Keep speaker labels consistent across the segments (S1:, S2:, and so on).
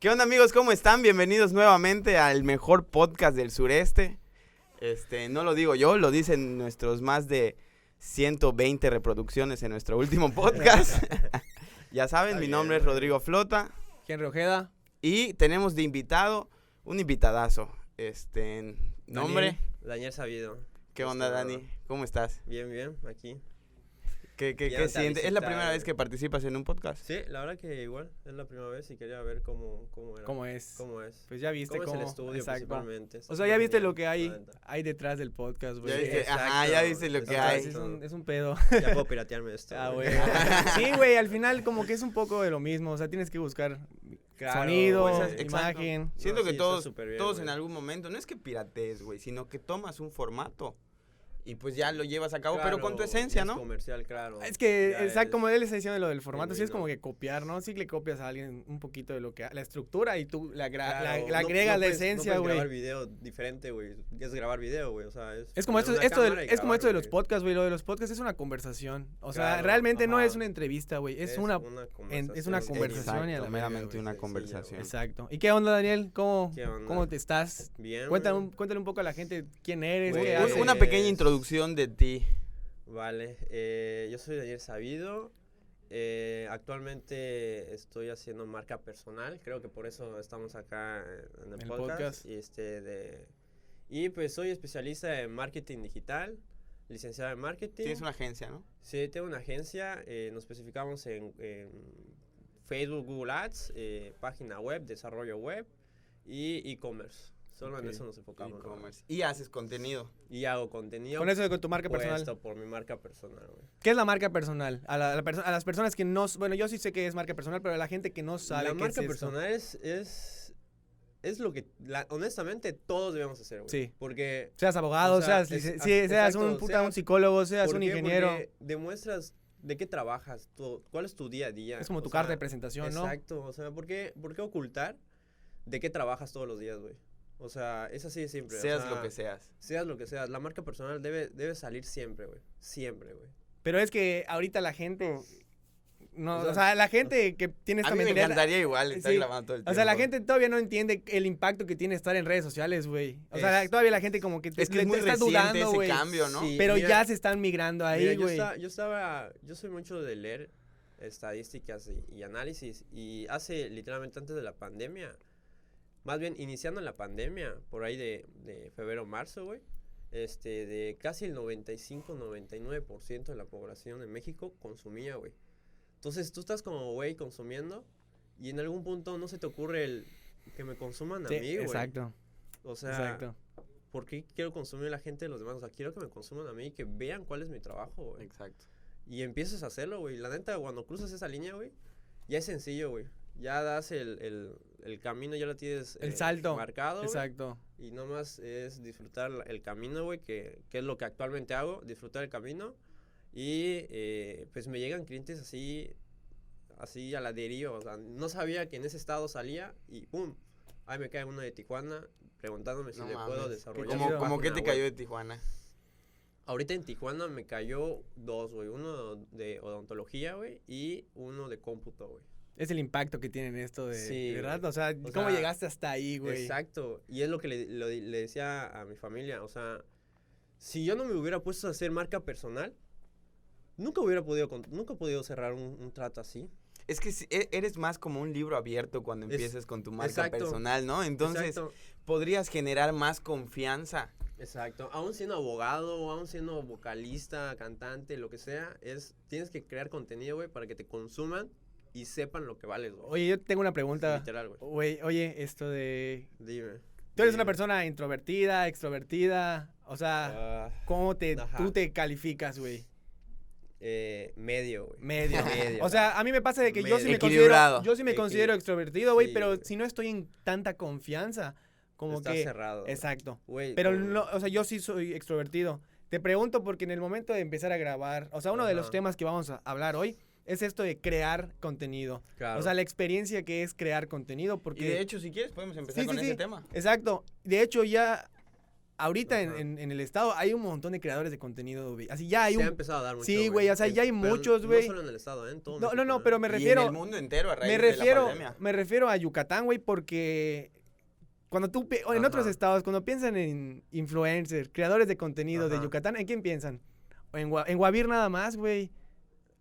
S1: ¿Qué onda amigos? ¿Cómo están? Bienvenidos nuevamente al mejor podcast del sureste. Este, no lo digo yo, lo dicen nuestros más de 120 reproducciones en nuestro último podcast. ya saben, mi nombre es Rodrigo Flota
S2: Henry Ojeda.
S1: y tenemos de invitado un invitadazo. Este, nombre,
S3: Daniel, Daniel Sabido.
S1: ¿qué onda Dani? ¿Cómo estás?
S3: Bien, bien, aquí.
S1: ¿Qué, qué,
S3: Ya
S1: qué
S3: te
S1: sientes? ¿Es la
S3: avisita,
S1: primera
S3: eh.
S1: vez que participas en un podcast?
S3: Sí, la verdad que igual, es la primera vez y quería ver cómo, cómo era.
S2: ¿Cómo es?
S3: cómo es.
S2: Pues ya viste
S3: ¿Cómo,
S2: cómo.
S3: es el estudio
S2: exacto.
S3: principalmente?
S2: O sea, ya viste lo que
S3: La
S2: hay,
S3: neta.
S2: hay detrás del podcast, güey.
S1: Ya viste,
S2: Es-
S1: ajá, ya viste lo
S2: o
S1: que
S2: sea,
S1: hay.
S2: sí Es un, es un pedo.
S3: Ya puedo piratearme esto.
S2: Ah,
S3: güey.
S2: güey. Sí, güey, al final como que es un poco de lo mismo. O sea, tienes que buscar
S3: Claro,
S2: sonido,
S3: pues,
S1: es- exacto.
S2: imagen.
S1: Siento
S3: No,
S1: que
S3: sí, está
S1: todos,
S3: superbién,
S1: todos
S3: güey.
S1: en algún momento, no es que piratees, güey, sino que tomas un formato y pues ya lo llevas a cabo, pero con tu
S3: Claro,
S1: esencia,
S3: ya es
S1: ¿no?
S3: comercial, claro.
S2: Es que,
S3: Ya
S2: exacto,
S3: es-
S2: como él está diciendo lo del formato, sí es
S3: genuino.
S2: como que copiar, ¿no? Sí le copias a alguien un poquito de lo que... La estructura y tú la, gra- la-
S3: claro,
S2: la
S3: no-
S2: agregas
S3: no
S2: la
S3: puedes-
S2: esencia,
S3: No
S2: güey.
S3: puedes grabar video diferente, güey. Es grabar video, güey. O sea, es.
S2: Es como esto,
S3: poner una
S2: esto del-
S3: cámara y
S2: es como esto de los
S3: grabar,
S2: podcasts, güey. Lo de los podcasts es una conversación. O sea,
S3: Claro,
S2: realmente no
S3: ajá.
S2: es una entrevista, güey.
S3: güey.
S2: Es, una...
S3: conversación.
S2: es una
S3: güey.
S2: conversación y a la
S1: Exacto,
S2: verga,
S1: meramente
S2: güey,
S1: una
S3: sencillo,
S1: conversación.
S2: Exacto. ¿Y qué onda, Daniel? ¿Cómo,
S3: ¿Qué onda?
S2: cómo te estás?
S3: Bien.
S2: Cuéntale
S3: güey.
S2: un, cuéntale un poco a la gente quién eres,
S3: Güey,
S2: qué
S1: Un-
S2: haces.
S1: Una pequeña
S3: Es-
S1: introducción de ti.
S3: Vale, eh, yo soy Daniel Sabido. eh, actualmente estoy haciendo marca personal, creo que por eso estamos acá en- en el,
S2: El
S3: podcast.
S2: podcast.
S3: Y, este de, y pues soy especialista en marketing digital, licenciado en marketing.
S1: Tienes una agencia, ¿no?
S3: Sí, tengo una agencia, eh, nos especificamos en, en Facebook, Google Ads, eh, página web, desarrollo web y e-commerce. Solo en
S2: Ok,
S3: eso nos enfocamos. la verdad.
S1: E-commerce. Y haces contenido.
S3: Y hago contenido
S2: Con eso de con tu marca personal.
S3: puesto por mi marca personal. güey.
S2: ¿Qué es la marca personal? A, la- a la perso- a las personas que no... s- Bueno, yo sí sé que es marca personal, pero a la gente que no sabe qué
S3: la marca
S2: es esto.
S3: personal es, es es lo que la- honestamente todos debemos hacer güey
S2: Sí.
S3: porque
S2: Seas abogado,
S3: O sea,
S2: seas,
S3: es-
S2: lic-
S3: ah,
S2: sí, seas
S3: exacto,
S2: un puta, un
S3: seas-
S2: psicólogo, seas
S3: ¿por
S2: un
S3: qué?
S2: ingeniero.
S3: Porque eh, demuestras de qué trabajas tu- cuál es tu día a día
S2: Es como
S3: o
S2: tu carta
S3: sea,
S2: de presentación, ¿no?
S3: exacto o sea por qué por qué ocultar de qué trabajas todos los días güey o sea es así de simple o
S1: Seas
S3: sea,
S1: lo que seas.
S3: seas lo que seas la marca personal debe debe salir siempre güey siempre güey
S2: Pero es que ahorita la gente... No,
S3: O
S2: o
S3: sea,
S2: sea, la gente que tiene esta
S1: A mí me
S2: mentalidad-
S1: encantaría igual estar
S2: sí.
S1: grabando todo el tiempo.
S2: O sea, la gente todavía no entiende el impacto que tiene estar en redes sociales, güey. O sea,
S3: Es-
S2: todavía la gente como que te-
S1: Es que
S2: le-
S1: es muy
S2: te está
S1: reciente
S2: dudando,
S1: ese
S2: güey.
S1: cambio, ¿no?
S3: Sí.
S2: Pero
S3: Mira,
S2: ya se están migrando
S3: Mira,
S2: ahí,
S3: yo,
S2: güey.
S3: esta- yo estaba, yo soy mucho de leer estadísticas y, y análisis y hace literalmente antes de la pandemia, más bien iniciando la pandemia, por ahí de, de febrero, marzo, güey, este, de casi el 95-99% de la población de México consumía, güey. Entonces tú estás como, güey, consumiendo y en algún punto no se te ocurre el que me consuman a
S2: Sí,
S3: mí, güey.
S2: exacto,
S3: O sea,
S2: exacto.
S3: ¿por qué quiero consumir a la gente de los demás? O sea, quiero que me consuman a mí, que vean cuál es mi trabajo, güey.
S1: Exacto.
S3: Y empiezas a hacerlo, güey. La neta, cuando cruzas esa línea, güey, ya es sencillo, güey. Ya das el, el, el camino, ya lo tienes eh,
S2: El salto,
S3: marcado. güey,
S2: Exacto.
S3: Y nomás es disfrutar la- el camino, güey, que, que es lo que actualmente hago, disfrutar el camino. Y eh, pues me llegan clientes así, así a la deriva. O sea, no sabía que en ese estado salía y ¡pum! Ahí me cae uno de Tijuana preguntándome si
S1: No
S3: le puedo
S1: mames.
S3: desarrollar.
S2: chido.
S1: Como,
S3: su
S1: como que te
S3: página web.
S1: cayó de Tijuana.
S3: Ahorita en Tijuana me cayó dos, güey. Uno de odontología, güey, y uno de cómputo, güey.
S2: Es el impacto que tienen esto de,
S3: Sí,
S2: ¿verdad?
S3: güey.
S2: O sea,
S3: O
S2: ¿cómo
S3: sea,
S2: llegaste hasta ahí, güey?
S3: Exacto. Y es lo que le, lo di- le decía a mi familia. O sea, si yo no me hubiera puesto a hacer marca personal, nunca hubiera podido, con- nunca he podido cerrar un, un trato así.
S1: Es que si- e- eres más como un libro abierto cuando
S3: Es-
S1: empiezas con tu marca
S3: exacto.
S1: personal, ¿no? Entonces
S3: exacto.
S1: podrías generar más confianza.
S3: Exacto. Aún siendo abogado, aún siendo vocalista, cantante, lo que sea, es tienes que crear contenido, güey, para que te consuman y sepan lo que vales, güey.
S2: Oye, yo tengo una pregunta.
S3: Literal, güey.
S2: Güey, oye, esto de...
S3: Dime.
S2: Tú eres
S3: Sí.
S2: una persona introvertida, extrovertida, o sea,
S3: Ah.
S2: ¿cómo te,
S3: ajá.
S2: tú te calificas, güey?
S3: Eh, medio, güey.
S2: Medio.
S3: Medio.
S2: O sea, a mí me pasa de que yo sí me
S1: Medio.
S2: considero,
S1: Equilibrado.
S2: yo sí me
S3: Equili-
S2: considero extrovertido, güey,
S3: Sí,
S2: pero
S3: güey.
S2: si no estoy en tanta confianza, como
S3: Está
S2: que
S3: cerrado. güey.
S2: exacto.
S3: Güey,
S2: Pero
S3: como-
S2: no, o sea, yo sí soy extrovertido. Te pregunto porque en el momento de empezar a grabar, o sea, uno de los
S3: Ajá.
S2: temas que vamos a hablar hoy es esto de crear contenido.
S3: Claro.
S2: O sea, la experiencia que es crear contenido porque
S1: Y de hecho, si quieres, podemos empezar
S2: Sí,
S1: con
S2: sí,
S1: ese
S2: sí.
S1: tema.
S2: Exacto. De hecho, ya ahorita en,
S3: Ajá.
S2: en- en el estado hay un montón de creadores de contenido, güey. Así ya hay
S3: Se ha
S2: un...
S3: empezado a dar mucho.
S2: Sí, güey, o sea, ya hay
S3: Pero
S2: muchos, güey.
S3: No solo en el estado, ¿eh? En todo
S2: No, no,
S3: México,
S2: no,
S3: ¿eh?
S2: pero me
S1: Y en
S2: refiero...
S1: el mundo entero a raíz
S2: Me
S1: de la
S2: refiero,
S1: pandemia.
S2: me refiero a Yucatán, güey, porque cuando tú pi- o en otros
S3: Ajá.
S2: estados, cuando piensan en influencers, creadores de contenido de
S3: Ajá.
S2: Yucatán, ¿en quién piensan? O en, Gua- en Guavir nada más, güey.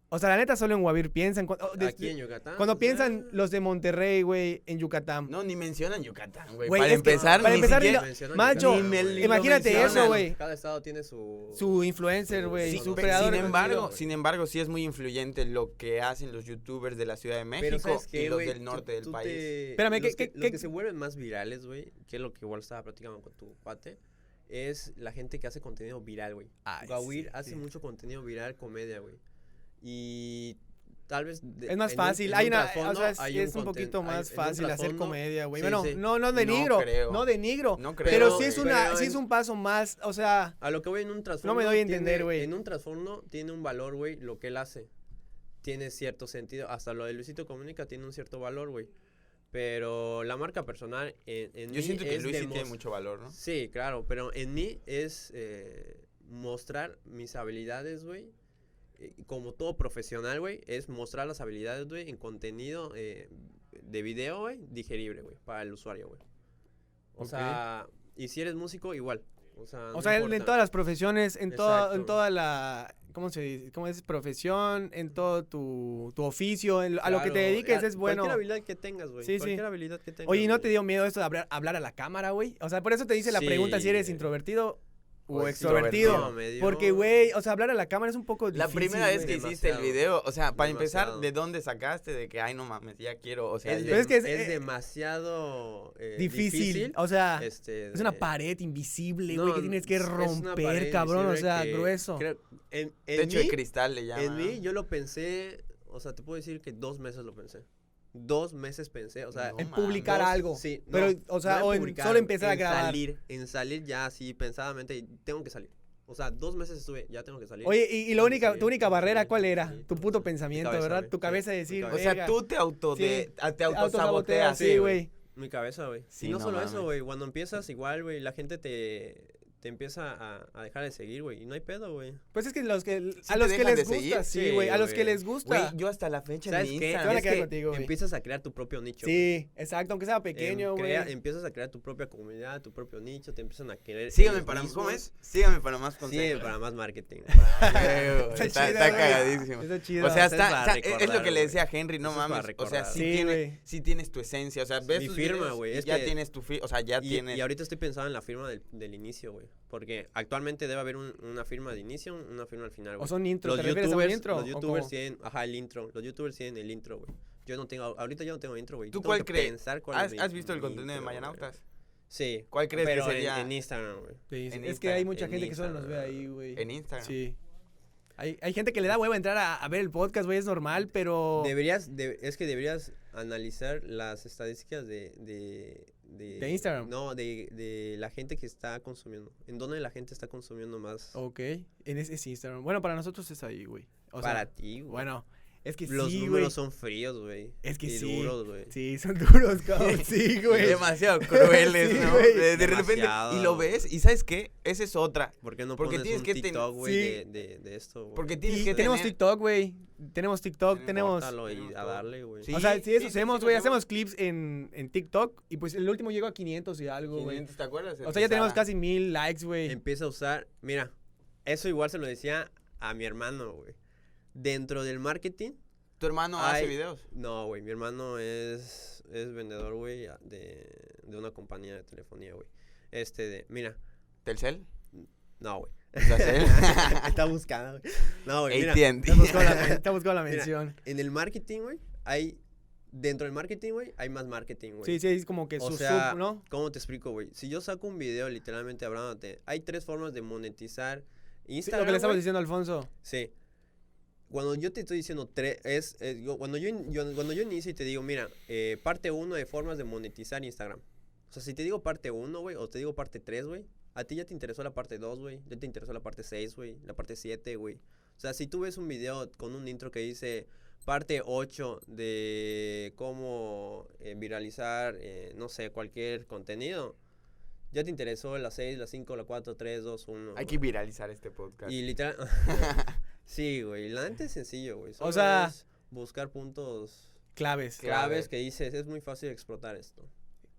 S2: O sea, la neta solo en Guavir piensan. Cuando, o de-
S3: Aquí en Yucatán.
S2: cuando
S3: o sea,
S2: piensan los de Monterrey, güey, en Yucatán.
S1: No, ni mencionan Yucatán, güey.
S2: Güey,
S1: Para
S2: es que-
S1: empezar,
S2: para
S1: ni
S2: empezar,
S1: siquiera-
S2: mira,
S3: mencionan
S2: macho,
S3: Yucatán,
S1: ni me-
S3: güey.
S2: imagínate
S1: lo
S2: eso,
S1: mencionan.
S2: güey.
S3: Cada estado tiene su.
S2: Su influencer, güey,
S1: Sí,
S2: su
S1: pe- sin
S2: creador. de
S1: embargo,
S2: contenido.
S1: sin embargo, sí es muy influyente lo que hacen los youtubers de la Ciudad de
S3: Pero
S1: México
S3: ¿sabes
S1: y
S3: qué,
S1: los
S3: güey?
S1: del
S3: Tú-
S1: norte del
S3: tú
S1: país.
S3: te-
S2: Espérame,
S3: los
S2: ¿qué- qué-
S3: que, los
S2: qué-
S3: que se vuelven más virales, güey, que es lo que igual estaba platicando con tu cuate, es la gente que hace contenido viral, güey.
S2: Ay,
S3: Gawir
S2: sí,
S3: hace
S2: sí.
S3: mucho contenido viral, comedia, güey. Y tal vez... de-
S2: Es más
S3: en un-
S2: fácil.
S3: en
S2: hay
S3: un
S2: una, o
S3: trasfondo
S2: sea, es,
S3: hay
S2: es un,
S3: conten-
S2: poquito
S3: hay-
S2: más
S3: en un
S2: fácil hacer
S3: trasfondo-
S2: comedia, güey.
S3: sí,
S2: bueno,
S3: sí.
S2: no, no
S1: No
S2: denigro.
S1: creo.
S2: No, denigro.
S1: No creo.
S2: pero sí es,
S3: güey.
S2: una,
S3: Pero
S2: sí
S3: en-
S2: es un paso más, o sea,
S3: A lo que voy en un trasfondo...
S2: me doy a entender,
S3: tiene-
S2: güey.
S3: En un trasfondo tiene un valor, güey, lo que él hace. Tiene cierto sentido. Hasta lo de Luisito Comunica tiene un cierto valor, güey. Pero la marca personal en, en
S1: Yo
S3: mí
S1: siento que
S3: es
S1: Luis sí
S3: demos-
S1: tiene mucho valor, ¿no?
S3: Sí, claro, pero en mí es eh, mostrar mis habilidades, güey. Eh, Como todo profesional, güey, es mostrar las habilidades, güey, en contenido eh, de video, güey, digerible, güey, para el usuario, güey. O
S1: Ok.
S3: sea, y si eres músico, igual. O sea,
S2: o sea, él en todas las profesiones, en toda, en
S3: Exacto.
S2: toda la, ¿cómo se dice? ¿Cómo es? Profesión, en todo tu, tu oficio, en lo- a lo que te dediques es bueno.
S3: Cualquier habilidad que tengas, güey.
S2: Sí, sí.
S3: Cualquier habilidad que tengas.
S2: Oye, ¿y ¿no
S3: güey.
S2: te dio miedo esto de hablar, hablar a la cámara, güey? O sea, por eso te hice la
S3: Sí,
S2: pregunta si eres
S3: güey.
S2: introvertido o,
S1: O
S2: extrovertido.
S1: extrovertido.
S3: No, me dio-
S2: Porque, güey, o sea, hablar a la cámara es un poco
S1: La
S2: difícil,
S1: primera vez
S2: güey.
S1: que hiciste el
S3: Demasiado.
S1: video, o sea, para empezar,
S3: Demasiado.
S1: ¿de dónde sacaste de que, ay, no mames, ya quiero, o sea,
S3: Es,
S1: ya-
S2: Pero
S3: de-
S2: es que es-
S3: es,
S2: eh,
S3: demasiado eh,
S2: Difícil,
S3: difícil.
S2: o sea,
S3: este,
S2: es una
S3: de-
S2: pared invisible, güey,
S3: No,
S2: que tienes que
S3: es una pared
S2: romper, cabrón, o
S3: invisible
S2: sea,
S3: que
S2: grueso.
S3: creo- en, en
S1: techo
S3: mí,
S1: de cristal le llaman.
S3: En mí
S1: ¿no?
S3: yo lo pensé, o sea, te puedo decir que dos meses lo pensé. Dos meses pensé, o sea,
S1: No
S2: en
S1: mames.
S2: publicar
S3: dos-
S2: algo.
S3: Sí, no,
S2: Pero, o sea,
S3: no
S2: o en
S3: publicar,
S2: solo empezar a
S3: en
S2: grabar.
S3: Salir, en salir ya así pensadamente, tengo que salir. O sea, dos meses estuve, ya tengo que salir.
S2: Oye, y, y la
S3: Sí,
S2: única,
S3: sí,
S2: tu única
S3: sí,
S2: barrera,
S3: sí,
S2: ¿cuál
S3: sí,
S2: era?
S3: sí,
S2: tu
S3: sí,
S2: puto
S3: sí. Mi
S2: pensamiento,
S3: cabeza,
S2: ¿verdad?
S3: güey,
S2: Tu
S3: sí,
S2: cabeza de
S3: mi
S2: decir,
S1: O
S3: cabeza.
S1: sea,
S2: "Verga,
S1: tú te auto de,
S2: Sí,
S1: a- te
S2: autosaboteas,
S1: autosaboteas.
S2: sí,
S3: sí,
S2: güey.
S3: Mi cabeza, güey.
S1: Sí,
S3: y no,
S1: no
S3: solo
S1: mames.
S3: eso, güey. Cuando empiezas, igual, güey, la gente te, te empieza a, a dejar de seguir, güey. Y no hay pedo, güey.
S2: Pues es que los que
S1: te
S2: a los que
S1: dejan
S2: les
S1: de seguir?
S2: gusta, sí, güey, a
S3: Sí,
S2: los que
S3: güey.
S2: les gusta.
S1: Güey, yo hasta la fecha en
S3: ¿Sabes
S1: mi
S3: qué?
S1: Instagram.
S2: van a
S3: Es
S2: quedar
S3: que
S2: contigo, güey.
S3: empiezas a crear tu propio nicho. güey.
S2: sí, exacto, aunque sea
S3: Em,
S2: pequeño, güey.
S3: crea- empiezas a crear tu propia comunidad, tu propio nicho, te empiezan a querer.
S1: Sígame
S3: ellos
S1: para, ¿cómo
S3: mismos.
S1: es? Sígame para más
S3: Sígueme
S1: consejos.
S3: para más marketing.
S1: Está,
S2: chido,
S1: está
S2: güey.
S1: cagadísimo.
S2: Está chido.
S1: O sea,
S3: Eso es
S1: está-
S3: para
S1: está- es, lo
S3: recordar,
S1: que le
S3: güey.
S1: decía a Henry, no
S3: Eso es para
S1: mames. O sea,
S3: recordar.
S1: sí,
S2: Sí,
S1: tiene-
S2: güey.
S1: sí tienes tu esencia. O sea, ves
S3: Mi
S1: tus
S3: firma,
S1: videos
S3: güey,
S1: y
S3: es
S1: ya
S3: que-
S1: tienes tu firma. O sea, ya
S3: Y,
S1: tienes.
S3: y ahorita estoy pensando en la firma del, del inicio, güey. Porque actualmente debe haber un- una firma de inicio, una firma al final,
S2: o
S3: güey.
S2: son intro,
S3: Los
S2: ¿te refieres a un
S3: youtubers,
S2: intro?
S3: los
S2: ¿O
S3: youtubers
S2: cómo?
S3: tienen, ajá, el intro. Los youtubers tienen el intro, güey. Yo no tengo, ahorita yo no tengo intro, güey.
S1: ¿Tú
S3: Yo tengo
S1: cuál
S3: que
S1: crees?
S3: pensar cuál es
S1: ¿Has,
S3: mi-
S1: has visto el
S3: mi
S1: contenido de
S3: intro, güey.
S1: Mayanautas?
S3: Sí.
S1: ¿Cuál crees que
S3: pero en-
S1: sería?
S3: En, Instagram, güey.
S2: Sí, sí,
S1: en
S2: es que hay
S1: Instagram,
S2: mucha
S3: en
S2: gente que solo nos ve
S3: Instagram.
S2: ahí, güey.
S1: En Instagram.
S2: Sí. Hay, hay gente que le da hueva entrar a, a ver el podcast, güey, es normal, pero
S3: Deberías, de- es que deberías analizar las estadísticas de... De, de,
S2: De Instagram.
S3: No, de, de la gente que está consumiendo. ¿En dónde la gente está consumiendo más?
S2: Ok, en ese es Instagram. Bueno, para nosotros es ahí, güey. O sea,
S3: para ti, güey.
S2: bueno, es que
S3: Los
S2: sí, güey.
S3: números son fríos, güey.
S2: Es que
S3: y
S2: sí.
S3: duros, güey.
S2: Sí, son duros, cabrón. Sí, güey.
S1: Demasiado crueles,
S2: Sí,
S1: ¿no?
S2: güey.
S1: De, de repente.
S3: Demasiado.
S1: Y lo ves, y ¿sabes qué? Esa es otra.
S3: ¿Por qué no
S1: Porque
S3: pones
S1: tienes
S3: un
S1: que ten-
S3: TikTok, güey,
S2: Sí.
S3: de, de, de esto, güey?
S1: Porque tienes
S2: Y
S1: que
S2: tenemos
S1: tener-
S2: TikTok, güey. Tenemos TikTok, tenemos...
S3: Córtalo y
S1: tenemos
S3: a
S1: todo.
S3: darle, güey.
S1: Sí,
S2: o sea, sí, eso
S1: sí, sí,
S2: hacemos,
S1: sí,
S2: güey.
S1: lo hacemos.
S2: hacemos clips en, en TikTok y pues el último llegó a 500 y algo, güey.
S1: 500, ¿Te acuerdas?
S2: O sea, ya tenemos
S1: Empezaba.
S2: casi mil likes, güey.
S3: Empieza a usar... Mira, eso igual se lo decía a mi hermano, güey. Dentro del marketing...
S1: Tu hermano hace
S3: Ay.
S1: videos.
S3: No, güey, mi hermano es, es vendedor, güey, a- de, de una compañía de telefonía, güey. Este, de, mira,
S1: ¿Telcel?
S3: no, güey.
S1: ¿Telcel?
S3: Está buscando, güey. No, güey, mira,
S2: Te has buscado
S1: AT&T.
S2: la, men- te has buscado la
S3: Mira,
S2: mención.
S3: en el marketing, güey, hay, dentro del marketing, güey, hay más marketing, güey.
S2: Sí, sí, es como que
S3: O
S2: su
S3: sea,
S2: sub, ¿no?
S3: ¿Cómo te explico, güey? Si yo saco un video literalmente hablándote, hay tres formas de monetizar
S2: Sí,
S3: Instagram.
S2: lo que le estamos
S3: güey.
S2: diciendo a Alfonso.
S3: Sí. Cuando yo te estoy diciendo tres, es, es- yo- cuando, yo, in- yo- cuando yo inicio y te digo, mira, eh, parte uno de formas de monetizar Instagram. O sea, si te digo parte uno, güey, o te digo parte tres, güey, a ti ya te interesó la parte dos, güey, ya te interesó la parte seis, güey, la parte siete, güey. O sea, si tú ves un video con un intro que dice parte 8 de cómo eh, viralizar, eh, no sé, cualquier contenido, ya te interesó la 6, la 5, la 4, 3, 2, 1.
S1: Hay que viralizar este podcast.
S3: Y literal. sí, güey. La neta es sencillo, güey. Solo
S2: sea-
S3: es buscar puntos
S2: Claves.
S1: Claro.
S3: claves que dices. Es muy fácil explotar esto.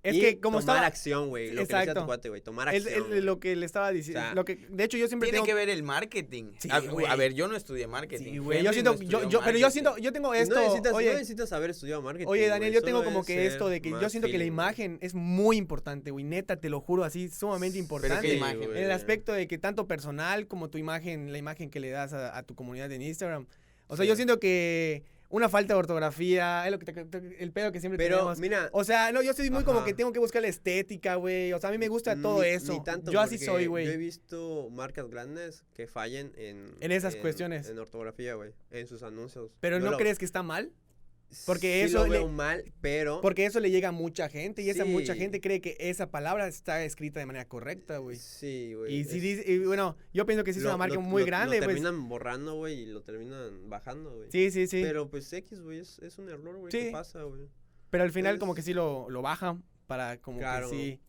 S2: Es
S3: Y
S2: que como
S3: tomar
S2: estaba.
S3: acción, güey. Lo que le decía a tu
S2: Exacto.
S3: cuate, güey. Tomar
S2: Es,
S3: acción.
S2: es
S3: güey.
S2: lo que le estaba diciendo.
S3: O sea,
S2: lo que, de hecho, yo siempre
S1: Tiene
S2: tengo.
S1: que ver el marketing.
S2: Sí,
S1: a,
S2: güey.
S1: a ver, yo no estudié marketing.
S2: Sí, güey. Yo
S1: Henry
S2: siento,
S1: no
S2: yo,
S1: estudió
S2: yo- pero yo
S1: marketing.
S2: siento, yo tengo
S3: Y
S2: esto.
S3: no, necesitas, no
S2: oye,
S3: necesitas haber estudiado marketing.
S2: Oye, Daniel,
S3: güey,
S2: yo tengo
S3: solo
S2: como
S3: es
S2: que esto
S3: ser
S2: de que yo
S3: más
S2: siento que la
S3: feeling, güey.
S2: imagen es muy importante, güey. Neta, te lo juro, así sumamente
S1: Pero
S2: importante.
S1: qué
S3: Sí,
S1: imagen.
S3: güey.
S2: En el aspecto de que tanto personal como tu imagen, la imagen que le das a, a tu comunidad en Instagram. O sea,
S3: Sí.
S2: yo siento que una falta de ortografía, es lo que te- el pedo que siempre
S3: Pero
S2: tenemos.
S3: mira,
S2: O sea, no, yo soy muy como
S3: Ajá.
S2: que tengo que buscar la estética, güey. O sea, a mí me gusta todo
S3: ni-
S2: eso.
S3: ni tanto
S2: yo así
S3: porque
S2: soy,
S3: Yo he
S2: güey.
S3: visto marcas grandes que fallen en...
S2: En esas cuestiones.
S3: En ortografía, güey. En sus anuncios.
S2: Pero
S3: Yo
S2: no
S3: lo-
S2: crees que está mal, porque
S3: sí
S2: eso
S3: lo
S2: le-
S3: veo mal, pero...
S2: porque eso le llega a mucha gente y esa mucha
S3: Sí.
S2: gente cree que esa palabra está escrita de manera correcta, güey.
S3: Sí, güey.
S2: Y
S3: es-
S2: si dice, y bueno, yo pienso que sí es
S3: pues, lo-
S2: una marca
S3: lo-
S2: muy
S3: lo-
S2: grande,
S3: Lo
S2: pues.
S3: terminan borrando, güey, y lo terminan bajando, güey.
S2: Sí, sí, sí. Pero,
S3: Pero pues X, güey, es, es un error, güey. ¿Qué
S2: Sí.
S3: pasa, güey?
S2: al final como
S3: es-
S2: que sí lo, lo bajan para como
S3: pues Claro.
S2: que sí.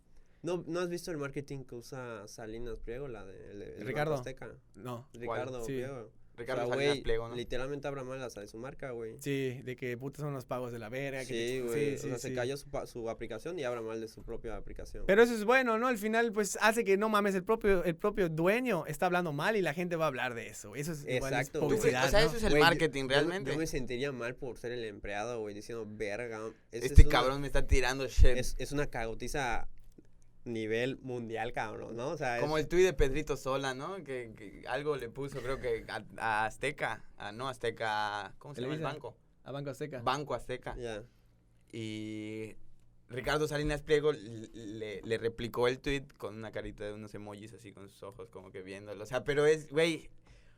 S3: ¿No, ¿No has visto el marketing que usa Salinas Pliego, la de el- el Banco
S2: Ricardo.
S3: Azteca?
S2: No.
S3: Ricardo
S2: Sí.
S3: Pliego.
S1: Ricardo
S3: o sea,
S1: Salinas
S3: güey,
S1: Pliego, ¿no?
S3: literalmente habla mal hasta de su marca, güey.
S2: Sí, de que putas son los pagos de la verga. que
S3: Sí,
S2: te-
S3: güey. o sea,
S2: sí.
S3: se cayó su, pa- su aplicación y habla mal de su propia aplicación.
S2: Pero eso es bueno, ¿no? Al final, pues hace que no mames, el propio, el propio dueño está hablando mal y la gente va a hablar de eso. Eso es, igual es
S3: Exacto, güey.
S2: publicidad.
S1: O sea,
S2: ¿no?
S1: eso es el
S3: Güey, yo-
S1: marketing
S3: yo-
S1: realmente.
S3: Yo, me sentiría mal por ser el empleado, güey, diciendo, verga. es-
S1: este
S3: es una-
S1: cabrón me está tirando shit.
S3: es, es una cagotiza nivel mundial, cabrón, ¿no? O sea, es-
S1: Como el tuit de Pedrito Sola, ¿no? Que, que algo le puso, creo que a, a Azteca. a- no Azteca. ¿Cómo se llama el
S2: Televisa.
S1: banco?
S2: A Banco Azteca.
S1: Banco Azteca.
S3: ya.
S1: Y Ricardo Salinas Pliego l- le, le replicó el tweet con una carita de unos emojis así con sus ojos como que viéndolo. O sea, pero es, güey,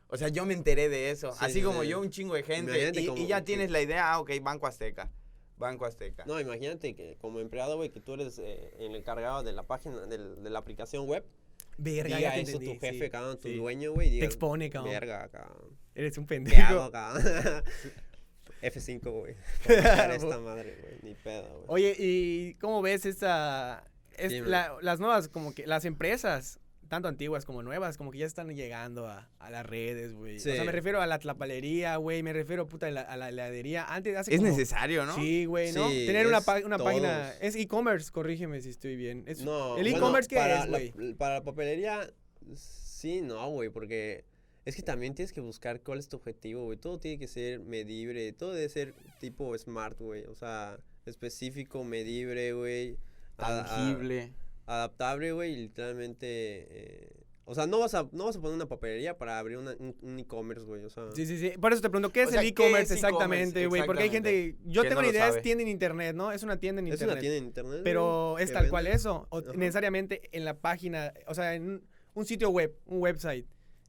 S1: o sea, yo me enteré de eso.
S3: Sí,
S1: así
S3: sí,
S1: como
S3: sí.
S1: yo, un chingo de gente.
S3: Imagínate
S1: Y,
S3: como-
S1: y ya
S3: sí.
S1: tienes la idea, ah, ok, Banco Azteca. Banco Azteca.
S3: No, imagínate que como empleado, güey, que tú eres eh, el encargado de la página, del- de la aplicación web.
S2: Verga,
S3: diga
S2: ya te
S3: eso
S2: entendí,
S3: tu jefe,
S2: sí,
S3: cabrón, tu
S2: sí.
S3: dueño, güey.
S2: Te
S3: diga,
S2: expone, cabrón.
S3: Verga, cabrón.
S2: Eres un
S3: ¿Qué
S2: pendejo.
S3: hago, cabrón? F5, güey. para sacar esta madre, güey. Ni pedo, güey.
S2: Oye, ¿y cómo ves esta, es-
S3: Dime.
S2: la- las nuevas, como que las empresas, tanto antiguas como nuevas, como que ya están llegando a, a las redes, güey? O
S3: Sí.
S2: sea, me refiero a la tlapalería, güey, me refiero puta, a la, a la heladería. Antes, hace
S1: es
S2: como-
S1: necesario, ¿no?
S2: Sí, güey, ¿no?
S3: Sí,
S2: Tener una,
S3: es
S2: pa- una página.
S3: todos.
S2: Es e-commerce, corrígeme si estoy bien. Es-
S3: No,
S2: ¿El
S3: bueno,
S2: e-commerce qué
S3: para
S2: es,
S3: la-
S2: güey?
S3: Para la papelería, sí, no, güey, porque es que también tienes que buscar cuál es tu objetivo, güey. Todo tiene que ser medible, todo debe ser tipo smart, güey. O sea, específico, medible, güey. a- a-
S1: Tangible.
S3: ah, adaptable, güey, y literalmente. eh, o sea, no vas, a, no vas a poner una papelería para abrir una- un, un e-commerce, güey. O sea,
S2: Sí, sí, sí. Por eso te pregunto, ¿qué
S1: O
S2: es
S1: sea,
S2: el
S1: ¿qué
S2: e-commerce
S1: es e-commerce?
S2: exactamente, güey? Porque hay gente. Yo
S1: Que
S2: tengo
S1: no lo
S2: la idea,
S1: sabe.
S2: es tienda en internet, ¿no? Es una tienda en
S3: es
S2: internet.
S3: una tienda en internet. güey,
S2: Pero es
S3: que
S2: tal
S3: vende.
S2: cual eso. O
S3: Ajá.
S2: necesariamente en la página, o sea, en un sitio web, un website.